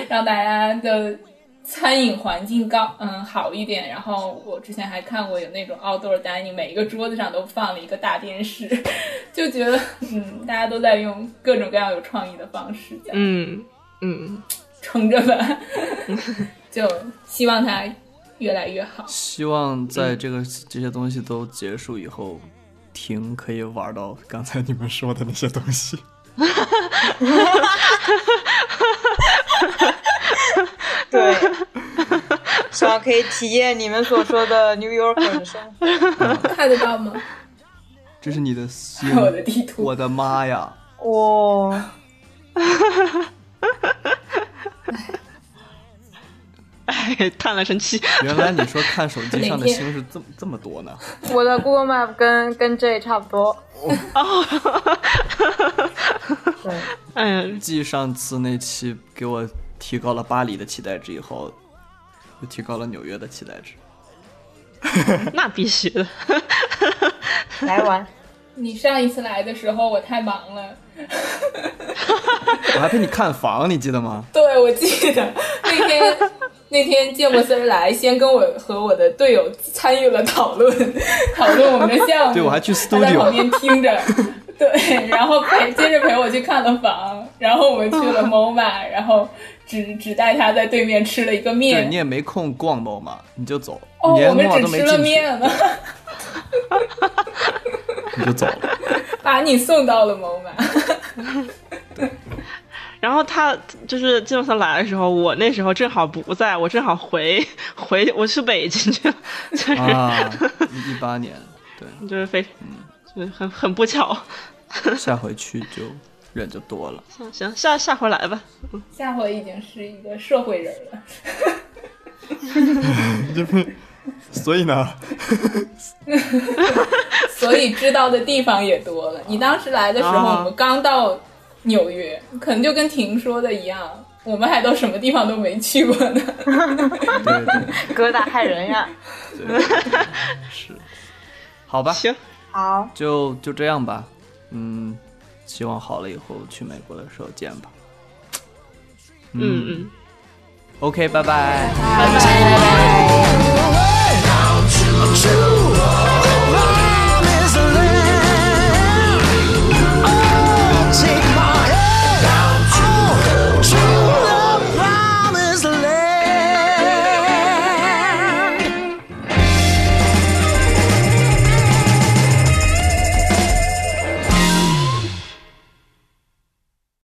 Speaker 3: 让大家的餐饮环境高，嗯，好一点。然后我之前还看过有那种 outdoor dining，每一个桌子上都放了一个大电视， 就觉得嗯，大家都在用各种各样有创意的方式在
Speaker 2: 嗯嗯，
Speaker 3: 撑着吧， 就希望它越来越好。
Speaker 1: 希望在这个这些东西都结束以后，停可以玩到刚才你们说的那些东西。
Speaker 4: 对， 希望可以体验你们所说的 New Yorker 的生活。
Speaker 3: 看得到吗？
Speaker 1: 这是你的心，
Speaker 3: 我的地图，
Speaker 1: 嗯我的妈呀！
Speaker 4: 哇、
Speaker 2: 哎，叹了声气。
Speaker 1: 原来你说看手机上的星是这么这么多呢？
Speaker 4: 我的 Google Map 跟跟 J 差不多。对。
Speaker 2: 哎呀，
Speaker 1: 继上次那期给我提高了巴黎的期待值以后，又提高了纽约的期待值。
Speaker 2: 那必须的。
Speaker 4: 来玩。
Speaker 3: 你上一次来的时候我太忙了，
Speaker 1: 我还陪你看房，你记得吗？
Speaker 3: 对，我记得那 天那天芥末丝儿来，先跟我和我的队友参与了讨 论，讨论我们的项目。
Speaker 1: 对我 还去
Speaker 3: 他在
Speaker 1: studio
Speaker 3: 旁边听着。对，然后陪接着陪我去看了房，然后我们去了
Speaker 1: 啊
Speaker 3: MoMA，然后只只带他在对面吃了一个
Speaker 1: 对
Speaker 3: 面
Speaker 1: 你。也没空逛某嘛，你就走，
Speaker 3: 哦，
Speaker 1: 你
Speaker 3: 我
Speaker 1: 连
Speaker 3: 们
Speaker 1: 某马都
Speaker 3: 只
Speaker 1: 没
Speaker 3: 吃
Speaker 1: 进
Speaker 3: 了
Speaker 1: 去，
Speaker 3: 面了，
Speaker 1: 你就走了。
Speaker 3: 把你送到了 MoMA。
Speaker 2: 然后他就是季梦森来的时候，我那时候正好不在，我正好回回我去北京去了，就是、
Speaker 1: 啊，一八年，对，
Speaker 2: 就是非就是很很不巧。
Speaker 1: 下回去就人就多 了。
Speaker 2: 行行，下下回来吧。
Speaker 3: 下回已经是一个社会人了，
Speaker 1: 所以呢，
Speaker 3: 所以知道的地方也多了。你当时来的时候，
Speaker 2: 啊
Speaker 3: 我们刚到纽约，可能就跟婷说的一样，我们还都什么地方都没去过呢。
Speaker 1: 对对
Speaker 4: 疙瘩害人呀。
Speaker 1: 对，是，好吧，
Speaker 2: 行，
Speaker 4: 好，
Speaker 1: 就就这样吧，嗯，希望好了以后去美国的时候见吧。
Speaker 2: 嗯嗯。
Speaker 1: OK，拜拜。
Speaker 4: 拜拜。